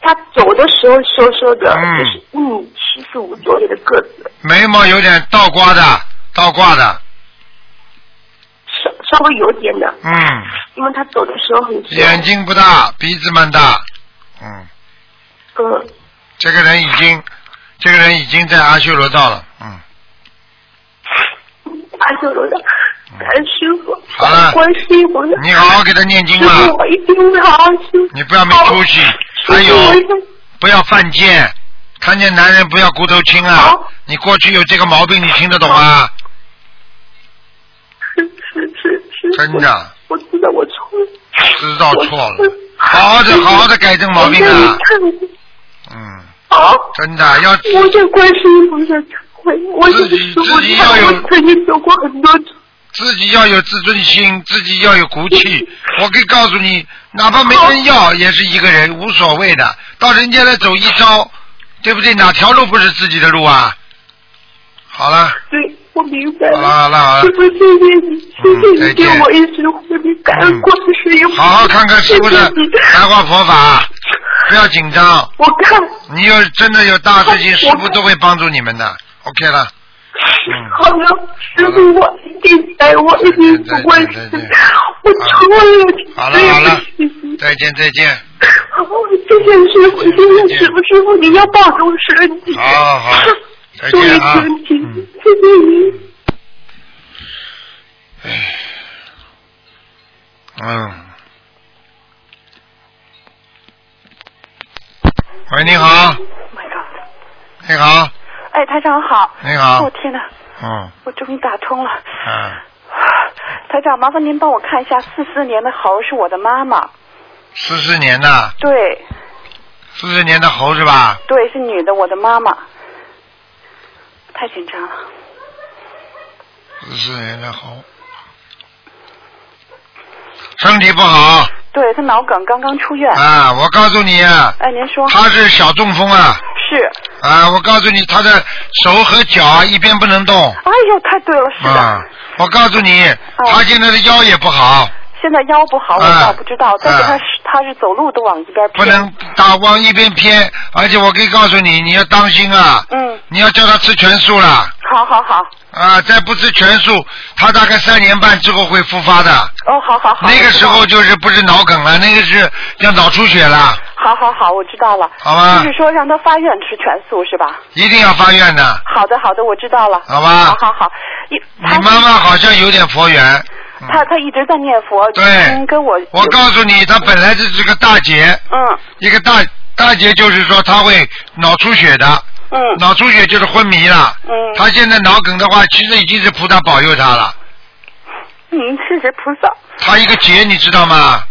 [SPEAKER 2] 他走的时候瘦瘦的，
[SPEAKER 1] 嗯
[SPEAKER 2] 就是一米七十五左右的个子，
[SPEAKER 1] 眉毛有点倒刮的，倒挂的。
[SPEAKER 2] 稍稍微有点的，
[SPEAKER 1] 嗯，
[SPEAKER 2] 因为他走的时候很瘦，
[SPEAKER 1] 眼睛不大，鼻子蛮大。嗯，
[SPEAKER 2] 嗯，
[SPEAKER 1] 这个人已经，这个人已经在阿修罗道了。嗯，
[SPEAKER 2] 阿修罗的，感恩师傅，
[SPEAKER 1] 嗯好了
[SPEAKER 2] 关心我的，
[SPEAKER 1] 你好好给他念经
[SPEAKER 2] 师
[SPEAKER 1] 吧。
[SPEAKER 2] 傅，我一定会好好修，
[SPEAKER 1] 你不要没出息，哎
[SPEAKER 2] 师
[SPEAKER 1] 还
[SPEAKER 2] 傅，我一
[SPEAKER 1] 有
[SPEAKER 2] 定。
[SPEAKER 1] 不要犯贱，看见男人不要骨头轻啊
[SPEAKER 2] 好！
[SPEAKER 1] 你过去有这个毛病，你听得懂啊？
[SPEAKER 2] 是是是是，
[SPEAKER 1] 真的
[SPEAKER 2] 我，我知道我错了，
[SPEAKER 1] 知道错了
[SPEAKER 2] 我
[SPEAKER 1] 好好地好好地改正毛病啊
[SPEAKER 2] 我向你忏悔
[SPEAKER 1] 嗯，
[SPEAKER 2] 好，
[SPEAKER 1] 真的要
[SPEAKER 2] 我向观世音菩萨忏悔，我
[SPEAKER 1] 自己
[SPEAKER 2] 就是说过
[SPEAKER 1] 自己
[SPEAKER 2] 忏
[SPEAKER 1] 要
[SPEAKER 2] 悔，
[SPEAKER 1] 有
[SPEAKER 2] 我曾经做过很多错，
[SPEAKER 1] 自己要有自尊心，自己要有骨气。我可以告诉你，哪怕没人要，也是一个人，无所谓的。到人家来走一招，对不对？哪条路不是自己的路啊？好了，
[SPEAKER 2] 对，我明白
[SPEAKER 1] 好了，好了，好了
[SPEAKER 2] 师。傅，谢谢你，谢谢
[SPEAKER 1] 再
[SPEAKER 2] 你给
[SPEAKER 1] 见
[SPEAKER 2] 我一直活力，感恩观世音菩萨。
[SPEAKER 1] 好好看看师傅的
[SPEAKER 2] 谢谢你
[SPEAKER 1] 白话佛法，啊不要紧张。
[SPEAKER 2] 我看
[SPEAKER 1] 你有真的有大事情，师傅都会帮助你们的。OK 了，
[SPEAKER 2] 好了，师傅，我一定改，我一定不会
[SPEAKER 1] 再见
[SPEAKER 2] 死
[SPEAKER 1] 再见，
[SPEAKER 2] 我错了，
[SPEAKER 1] 好了
[SPEAKER 2] 对
[SPEAKER 1] 好了
[SPEAKER 2] 不起。
[SPEAKER 1] 再见再见。
[SPEAKER 2] 好，谢谢师傅，谢谢师傅，师傅您要保重身体。
[SPEAKER 1] 好 好再
[SPEAKER 2] 注意
[SPEAKER 1] 见啊
[SPEAKER 2] 身体
[SPEAKER 1] 嗯，
[SPEAKER 2] 谢谢您。
[SPEAKER 1] 嗯。喂，你好，
[SPEAKER 6] ，Oh My God！
[SPEAKER 1] 你好，
[SPEAKER 6] 哎，台长好！
[SPEAKER 1] 你好
[SPEAKER 6] 我、，天哪，
[SPEAKER 1] 嗯
[SPEAKER 6] 我终于打通了。
[SPEAKER 1] 嗯，
[SPEAKER 6] 台长，麻烦您帮我看一下，四四年的猴是我的妈妈，
[SPEAKER 1] 四四年的，
[SPEAKER 6] 对
[SPEAKER 1] 四四年的猴是吧？
[SPEAKER 6] 对，是女的，我的妈妈。太紧张了，
[SPEAKER 1] 四四年的猴，身体不好
[SPEAKER 6] 对她脑梗刚刚出院。
[SPEAKER 1] 啊！我告诉你啊，
[SPEAKER 6] 哎，您说
[SPEAKER 1] 他是小中风啊
[SPEAKER 6] 是？
[SPEAKER 1] 啊！我告诉你，他的手和脚啊一边不能动
[SPEAKER 6] 哎呦，太对了，是的。哦
[SPEAKER 1] 啊！我告诉你，他现在的腰也不好。
[SPEAKER 6] 现在腰不好，我倒不知道，但是她
[SPEAKER 1] 啊
[SPEAKER 6] 是怕是走路都往一边
[SPEAKER 1] 不
[SPEAKER 6] 偏。
[SPEAKER 1] 能打往一边偏，而且我可以告诉你，你要当心啊，
[SPEAKER 6] 嗯，
[SPEAKER 1] 你要叫他吃全素了
[SPEAKER 6] 好好好，
[SPEAKER 1] 啊，再不吃全素，他大概三年半之后会复发的，
[SPEAKER 6] 哦，好好好。
[SPEAKER 1] 那个时
[SPEAKER 6] 我
[SPEAKER 1] 候
[SPEAKER 6] 知
[SPEAKER 1] 就是不是脑梗了，那个是要脑出血了，
[SPEAKER 6] 道了，好好好，我知道了。
[SPEAKER 1] 好吧
[SPEAKER 6] 就是说让他发愿吃全素是吧？
[SPEAKER 1] 一定要发愿的，
[SPEAKER 6] 好的好的，我知道了。
[SPEAKER 1] 好吧
[SPEAKER 6] 好好好，一
[SPEAKER 1] 你
[SPEAKER 6] 他
[SPEAKER 1] 妈妈好像有点佛缘，嗯
[SPEAKER 6] 他他一直在念佛，
[SPEAKER 1] 对
[SPEAKER 6] 嗯跟我
[SPEAKER 1] 我告诉你，她本来就是个大姐，
[SPEAKER 6] 嗯
[SPEAKER 1] 一个大大姐就是说她会脑出血的，
[SPEAKER 6] 嗯
[SPEAKER 1] 脑出血就是昏迷了。
[SPEAKER 6] 嗯
[SPEAKER 1] 她现在脑梗的话，其实已经是菩萨保佑她了。
[SPEAKER 6] 嗯，谢谢菩萨。
[SPEAKER 1] 她一个劫，你知道吗？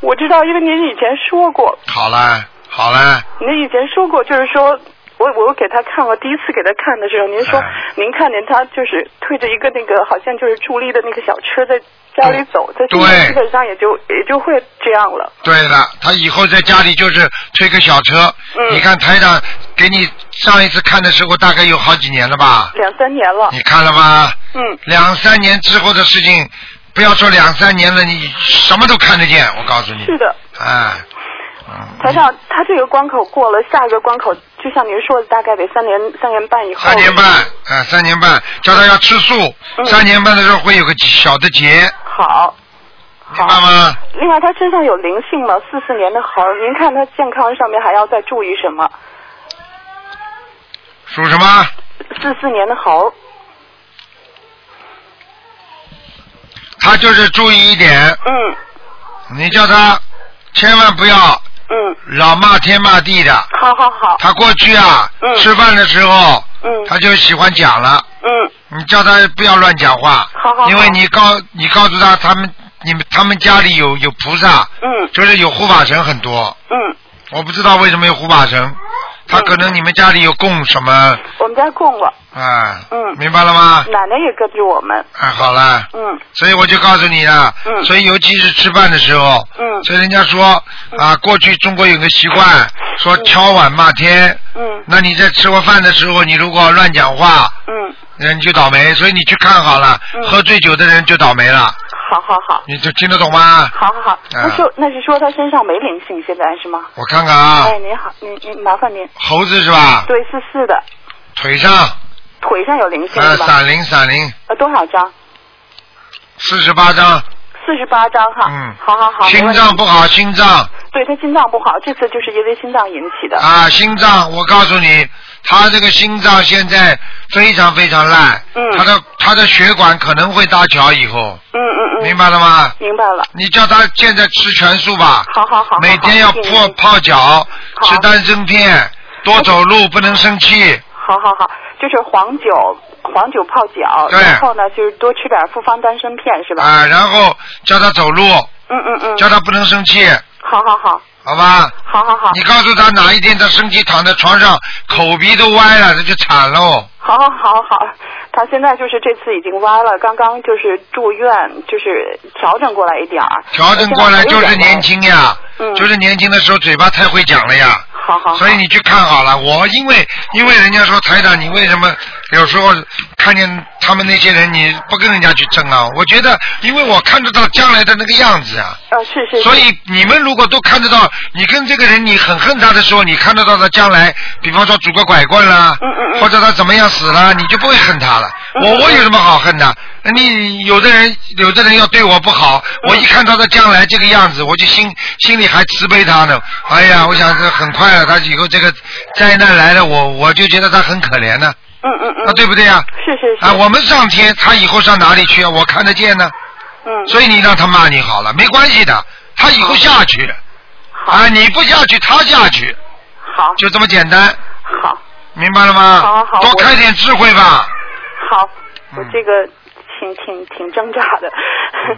[SPEAKER 6] 我知道，因为您以前说过，
[SPEAKER 1] 好了，好了，
[SPEAKER 6] 您以前说过，就是说我我给他看，我第一次给他看的时候，您说、
[SPEAKER 1] 哎
[SPEAKER 6] 您看见他就是推着一个那个好像就是助力的那个小车在家里走，他现在
[SPEAKER 1] 对
[SPEAKER 6] 基本上也就也就会这样了。
[SPEAKER 1] 对了，她以后在家里就是推个小车。
[SPEAKER 6] 嗯
[SPEAKER 1] 你看台长给你上一次看的时候，大概有好几年了吧？
[SPEAKER 6] 两三年了，
[SPEAKER 1] 你看了吧？
[SPEAKER 6] 嗯，
[SPEAKER 1] 两三年之后的事情，不要说两三年了，你什么都看得见。我告诉你。
[SPEAKER 6] 是的。
[SPEAKER 1] 哎。嗯
[SPEAKER 6] 台上他这个关口过了，下一个关口就像您说的，大概得三年三年半以后。
[SPEAKER 1] 三年半，啊、三年半，叫他要吃素。
[SPEAKER 6] 哦嗯
[SPEAKER 1] 三年半的时候会有个小的结，
[SPEAKER 6] 好，
[SPEAKER 1] 明
[SPEAKER 6] 好。
[SPEAKER 1] 白吗？
[SPEAKER 6] 另外，他身上有灵性吗？四四年的猴儿，您看他健康上面还要再注意什么？
[SPEAKER 1] 属什么？
[SPEAKER 6] 四四年的猴儿，
[SPEAKER 1] 他就是注意一点，
[SPEAKER 6] 嗯
[SPEAKER 1] 你叫他千万不要
[SPEAKER 6] 嗯，
[SPEAKER 1] 老骂天骂地的。
[SPEAKER 6] 好好好，
[SPEAKER 1] 他过去啊，
[SPEAKER 6] 嗯
[SPEAKER 1] 吃饭的时候
[SPEAKER 6] 嗯
[SPEAKER 1] 他就喜欢讲了，
[SPEAKER 6] 嗯
[SPEAKER 1] 你叫他不要乱讲话，
[SPEAKER 6] 好好好
[SPEAKER 1] 因为你告你告诉他他们你们他们家里有有菩萨，
[SPEAKER 6] 嗯
[SPEAKER 1] 就是有护法神很多，
[SPEAKER 6] 嗯，
[SPEAKER 1] 我不知道为什么有护法神，他可能你们家里有供什么。
[SPEAKER 6] 我们家供过，
[SPEAKER 1] 啊，
[SPEAKER 6] 嗯
[SPEAKER 1] 明白了吗？
[SPEAKER 6] 奶奶也跟着我们，
[SPEAKER 1] 啊，好了，
[SPEAKER 6] 嗯
[SPEAKER 1] 所以我就告诉你了，
[SPEAKER 6] 嗯
[SPEAKER 1] 所以尤其是吃饭的时候，
[SPEAKER 6] 嗯
[SPEAKER 1] 所以人家说啊，过去中国有个习惯，说敲碗骂天，
[SPEAKER 6] 嗯
[SPEAKER 1] 那你在吃过饭的时候，你如果乱讲话，
[SPEAKER 6] 嗯，
[SPEAKER 1] 人就倒霉，所以你去看好了，
[SPEAKER 6] 嗯
[SPEAKER 1] 喝醉酒的人就倒霉了，
[SPEAKER 6] 好好好，
[SPEAKER 1] 你就听得懂吗？
[SPEAKER 6] 好好好，那说那是说他身上没灵性，现在是吗？
[SPEAKER 1] 我看看啊，
[SPEAKER 6] 哎，您好，您您麻烦您，
[SPEAKER 1] 猴子是吧？
[SPEAKER 6] 对，四四的，
[SPEAKER 1] 腿上
[SPEAKER 6] 腿上有灵性
[SPEAKER 1] 呃
[SPEAKER 6] 是吧？
[SPEAKER 1] 闪灵闪灵，
[SPEAKER 6] 呃，多少张？
[SPEAKER 1] 四十八张，
[SPEAKER 6] 四十八张哈，
[SPEAKER 1] 嗯
[SPEAKER 6] 好好好，没
[SPEAKER 1] 心
[SPEAKER 6] 问题
[SPEAKER 1] 脏不好，心脏。
[SPEAKER 6] 对他心脏不好，这次就是因为心脏引起的。
[SPEAKER 1] 啊，心脏，我告诉你，他这个心脏现在非常非常烂，
[SPEAKER 6] 嗯
[SPEAKER 1] 他的他的血管可能会搭桥以后，
[SPEAKER 6] 嗯嗯嗯，
[SPEAKER 1] 明白了吗？
[SPEAKER 6] 明白了，
[SPEAKER 1] 你叫他现在吃全素吧，
[SPEAKER 6] 好好好，
[SPEAKER 1] 每天要
[SPEAKER 6] 好
[SPEAKER 1] 泡，泡脚，
[SPEAKER 6] 好
[SPEAKER 1] 吃丹参片，多走路，不能生气，
[SPEAKER 6] 好好好，就是黄酒，黄酒泡脚，
[SPEAKER 1] 对
[SPEAKER 6] 然后呢就是多吃点复方丹参片是吧？
[SPEAKER 1] 啊，然后叫他走路，
[SPEAKER 6] 嗯嗯嗯，
[SPEAKER 1] 叫他不能生气，
[SPEAKER 6] 好好好，
[SPEAKER 1] 好吧？
[SPEAKER 6] 好好好，
[SPEAKER 1] 你告诉他哪一天他生气躺在床上，口鼻都歪了，那就惨喽。
[SPEAKER 6] 好好好好，他现在就是这次已经歪了，刚刚就是住院，就是调整过来一点儿，
[SPEAKER 1] 调整过来就是年
[SPEAKER 6] 轻，
[SPEAKER 1] 轻呀，
[SPEAKER 6] 嗯
[SPEAKER 1] 就是年轻的时候嘴巴太会讲了呀，
[SPEAKER 6] 好好，好
[SPEAKER 1] 所以你去看好了。我因为因为人家说台长，你为什么有时候看见他们那些人你不跟人家去争啊？我觉得因为我看得到将来的那个样子啊，
[SPEAKER 6] 呃是是，是
[SPEAKER 1] 所以你们如果都看得到，你跟这个人你很恨他的时候，你看得到他将来，比方说拄个拐棍啦，
[SPEAKER 6] 嗯嗯嗯
[SPEAKER 1] 或者他怎么样死了，你就不会恨他了。
[SPEAKER 6] 嗯
[SPEAKER 1] 我
[SPEAKER 6] 嗯
[SPEAKER 1] 我有什么好恨的？你有的人有的人要对我不好，
[SPEAKER 6] 嗯
[SPEAKER 1] 我一看到他将来这个样子，我就心心里还慈悲他呢。哎呀，我想这很快了，他以后这个灾难来了，我我就觉得他很可怜呢、
[SPEAKER 6] 嗯嗯嗯
[SPEAKER 1] 啊，，对不对呀、
[SPEAKER 6] 是是是，
[SPEAKER 1] 啊？我们上天，他以后上哪里去啊？我看得见呢。
[SPEAKER 6] 嗯，
[SPEAKER 1] 所以你让他骂你好了，没关系的，他以后下去的啊，你不下去，他下去，
[SPEAKER 6] 好
[SPEAKER 1] 就这么简单，
[SPEAKER 6] 好。
[SPEAKER 1] 明白了吗？
[SPEAKER 6] 好好
[SPEAKER 1] 多
[SPEAKER 6] 我
[SPEAKER 1] 开点智慧吧。
[SPEAKER 6] 好，我
[SPEAKER 1] 嗯
[SPEAKER 6] 这个挺挺挺挣扎的。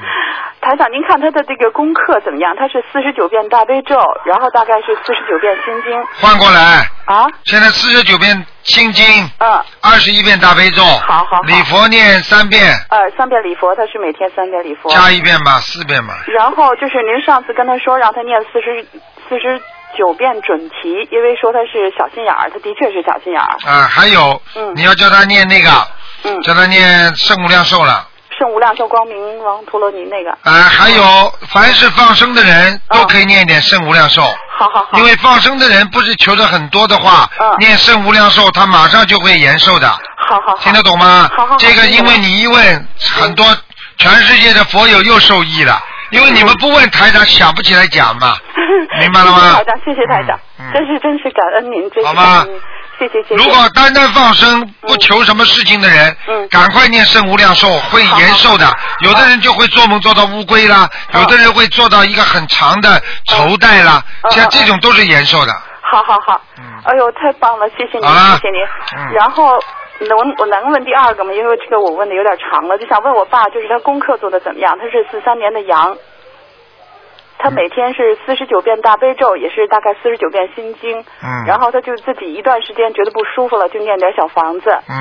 [SPEAKER 6] 台长，您看他的这个功课怎么样？他是四十九遍大悲咒，然后大概是四十九遍心经
[SPEAKER 1] 换过来，
[SPEAKER 6] 啊，
[SPEAKER 1] 现在四十九遍心经，
[SPEAKER 6] 嗯，
[SPEAKER 1] 二十一遍大悲咒，
[SPEAKER 6] 好好好
[SPEAKER 1] 礼佛念三遍，
[SPEAKER 6] 呃，三遍礼佛，他是每天三遍礼佛。
[SPEAKER 1] 加一遍吧，四遍吧。
[SPEAKER 6] 然后就是您上次跟他说让他念四十四十九遍准提，因为说他是小心眼儿，他的确是小心眼儿。
[SPEAKER 1] 啊，还有，
[SPEAKER 6] 嗯
[SPEAKER 1] 你要叫他念那个，
[SPEAKER 6] 嗯，
[SPEAKER 1] 叫他念圣无量寿了，
[SPEAKER 6] 圣无量寿光明王陀罗尼那个。
[SPEAKER 1] 啊、还有凡是放生的人都
[SPEAKER 6] 嗯
[SPEAKER 1] 可以念一点圣无量寿。
[SPEAKER 6] 好好好
[SPEAKER 1] 因。为放生的人不是求的很多的话，
[SPEAKER 6] 嗯
[SPEAKER 1] 念圣无量寿，他马上就会延寿的，
[SPEAKER 6] 好好好。
[SPEAKER 1] 听得懂吗？
[SPEAKER 6] 好好好
[SPEAKER 1] 这个
[SPEAKER 6] 听
[SPEAKER 1] 因
[SPEAKER 6] 懂
[SPEAKER 1] 为你一问，很多全世界的佛友又受益了，因为你们不问台长想不起来讲 嘛，明白了
[SPEAKER 6] 谢谢
[SPEAKER 1] 吗
[SPEAKER 6] 台？长，谢谢台长，
[SPEAKER 1] 嗯嗯
[SPEAKER 6] 真是真是感恩您，真是
[SPEAKER 1] 好吗
[SPEAKER 6] 感恩您谢谢谢谢。
[SPEAKER 1] 如果单单放生不求什么事情的人，
[SPEAKER 6] 嗯
[SPEAKER 1] 赶快念圣无量寿，会延寿的。有的人就会做梦做到乌龟啦，有的人会做到一个很长的绸带啦，
[SPEAKER 6] 嗯
[SPEAKER 1] 像这种都是延寿的。
[SPEAKER 6] 好好好，
[SPEAKER 1] 嗯
[SPEAKER 6] 哎呦，太棒了，谢谢您，
[SPEAKER 1] 好啦
[SPEAKER 6] 谢谢您。
[SPEAKER 1] 嗯
[SPEAKER 6] 然后能我能问第二个吗？因为这个我问的有点长了，就想问我爸，就是他功课做的怎么样？他是四三年的羊，他每天是四十九遍大悲咒，也是大概四十九遍心经。
[SPEAKER 1] 嗯
[SPEAKER 6] 然后他就自己一段时间觉得不舒服了，就念点小房子
[SPEAKER 1] 嗯，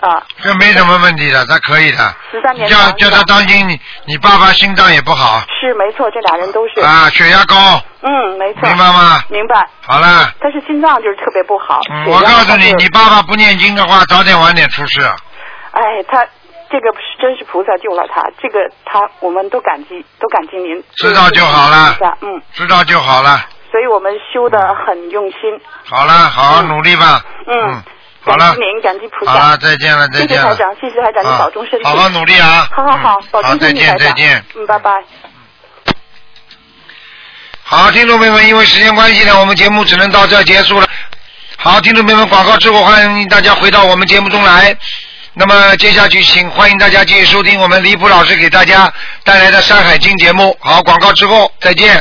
[SPEAKER 6] 啊，
[SPEAKER 1] 这没什么问题的，他可以的。
[SPEAKER 6] 十三年的
[SPEAKER 1] 叫
[SPEAKER 6] 羊
[SPEAKER 1] 叫他当心你，你爸爸心脏也不好
[SPEAKER 6] 是没错，这俩人都是，
[SPEAKER 1] 啊，血压高，
[SPEAKER 6] 嗯，没错，
[SPEAKER 1] 明白吗？
[SPEAKER 6] 明白。
[SPEAKER 1] 好了，
[SPEAKER 6] 他是心脏就是特别不好，
[SPEAKER 1] 嗯，
[SPEAKER 6] 血
[SPEAKER 1] 我
[SPEAKER 6] 压
[SPEAKER 1] 告诉
[SPEAKER 6] 他
[SPEAKER 1] 你，
[SPEAKER 6] 是
[SPEAKER 1] 你爸爸不念经的话，早点晚点出事。
[SPEAKER 6] 哎，他这个是真是菩萨救了他，这个他我们都感激，都感激您。
[SPEAKER 1] 知道就好了
[SPEAKER 6] 菩萨嗯，
[SPEAKER 1] 知道就好了。
[SPEAKER 6] 所以我们修的很用心。
[SPEAKER 1] 好了，好好努力吧。
[SPEAKER 6] 嗯
[SPEAKER 1] 好了
[SPEAKER 6] 感激，您，感激菩
[SPEAKER 1] 好了，
[SPEAKER 6] 萨。
[SPEAKER 1] 再见了，再
[SPEAKER 6] 谢谢
[SPEAKER 1] 见了。
[SPEAKER 6] 台长，谢谢台长，您
[SPEAKER 1] 啊
[SPEAKER 6] 保重身体。
[SPEAKER 1] 好好努力啊。
[SPEAKER 6] 好好好
[SPEAKER 1] 嗯，
[SPEAKER 6] 保
[SPEAKER 1] 好，
[SPEAKER 6] 重
[SPEAKER 1] 再
[SPEAKER 6] 身体，
[SPEAKER 1] 见
[SPEAKER 6] 台
[SPEAKER 1] 再
[SPEAKER 6] 长。
[SPEAKER 1] 见。
[SPEAKER 6] 嗯，拜拜。
[SPEAKER 1] 好，听众朋友们，因为时间关系呢，我们节目只能到这儿结束了。好，听众朋友们，广告之后欢迎大家回到我们节目中来。那么接下去，请欢迎大家继续收听我们李普老师给大家带来的《山海经》节目。好，广告之后再见。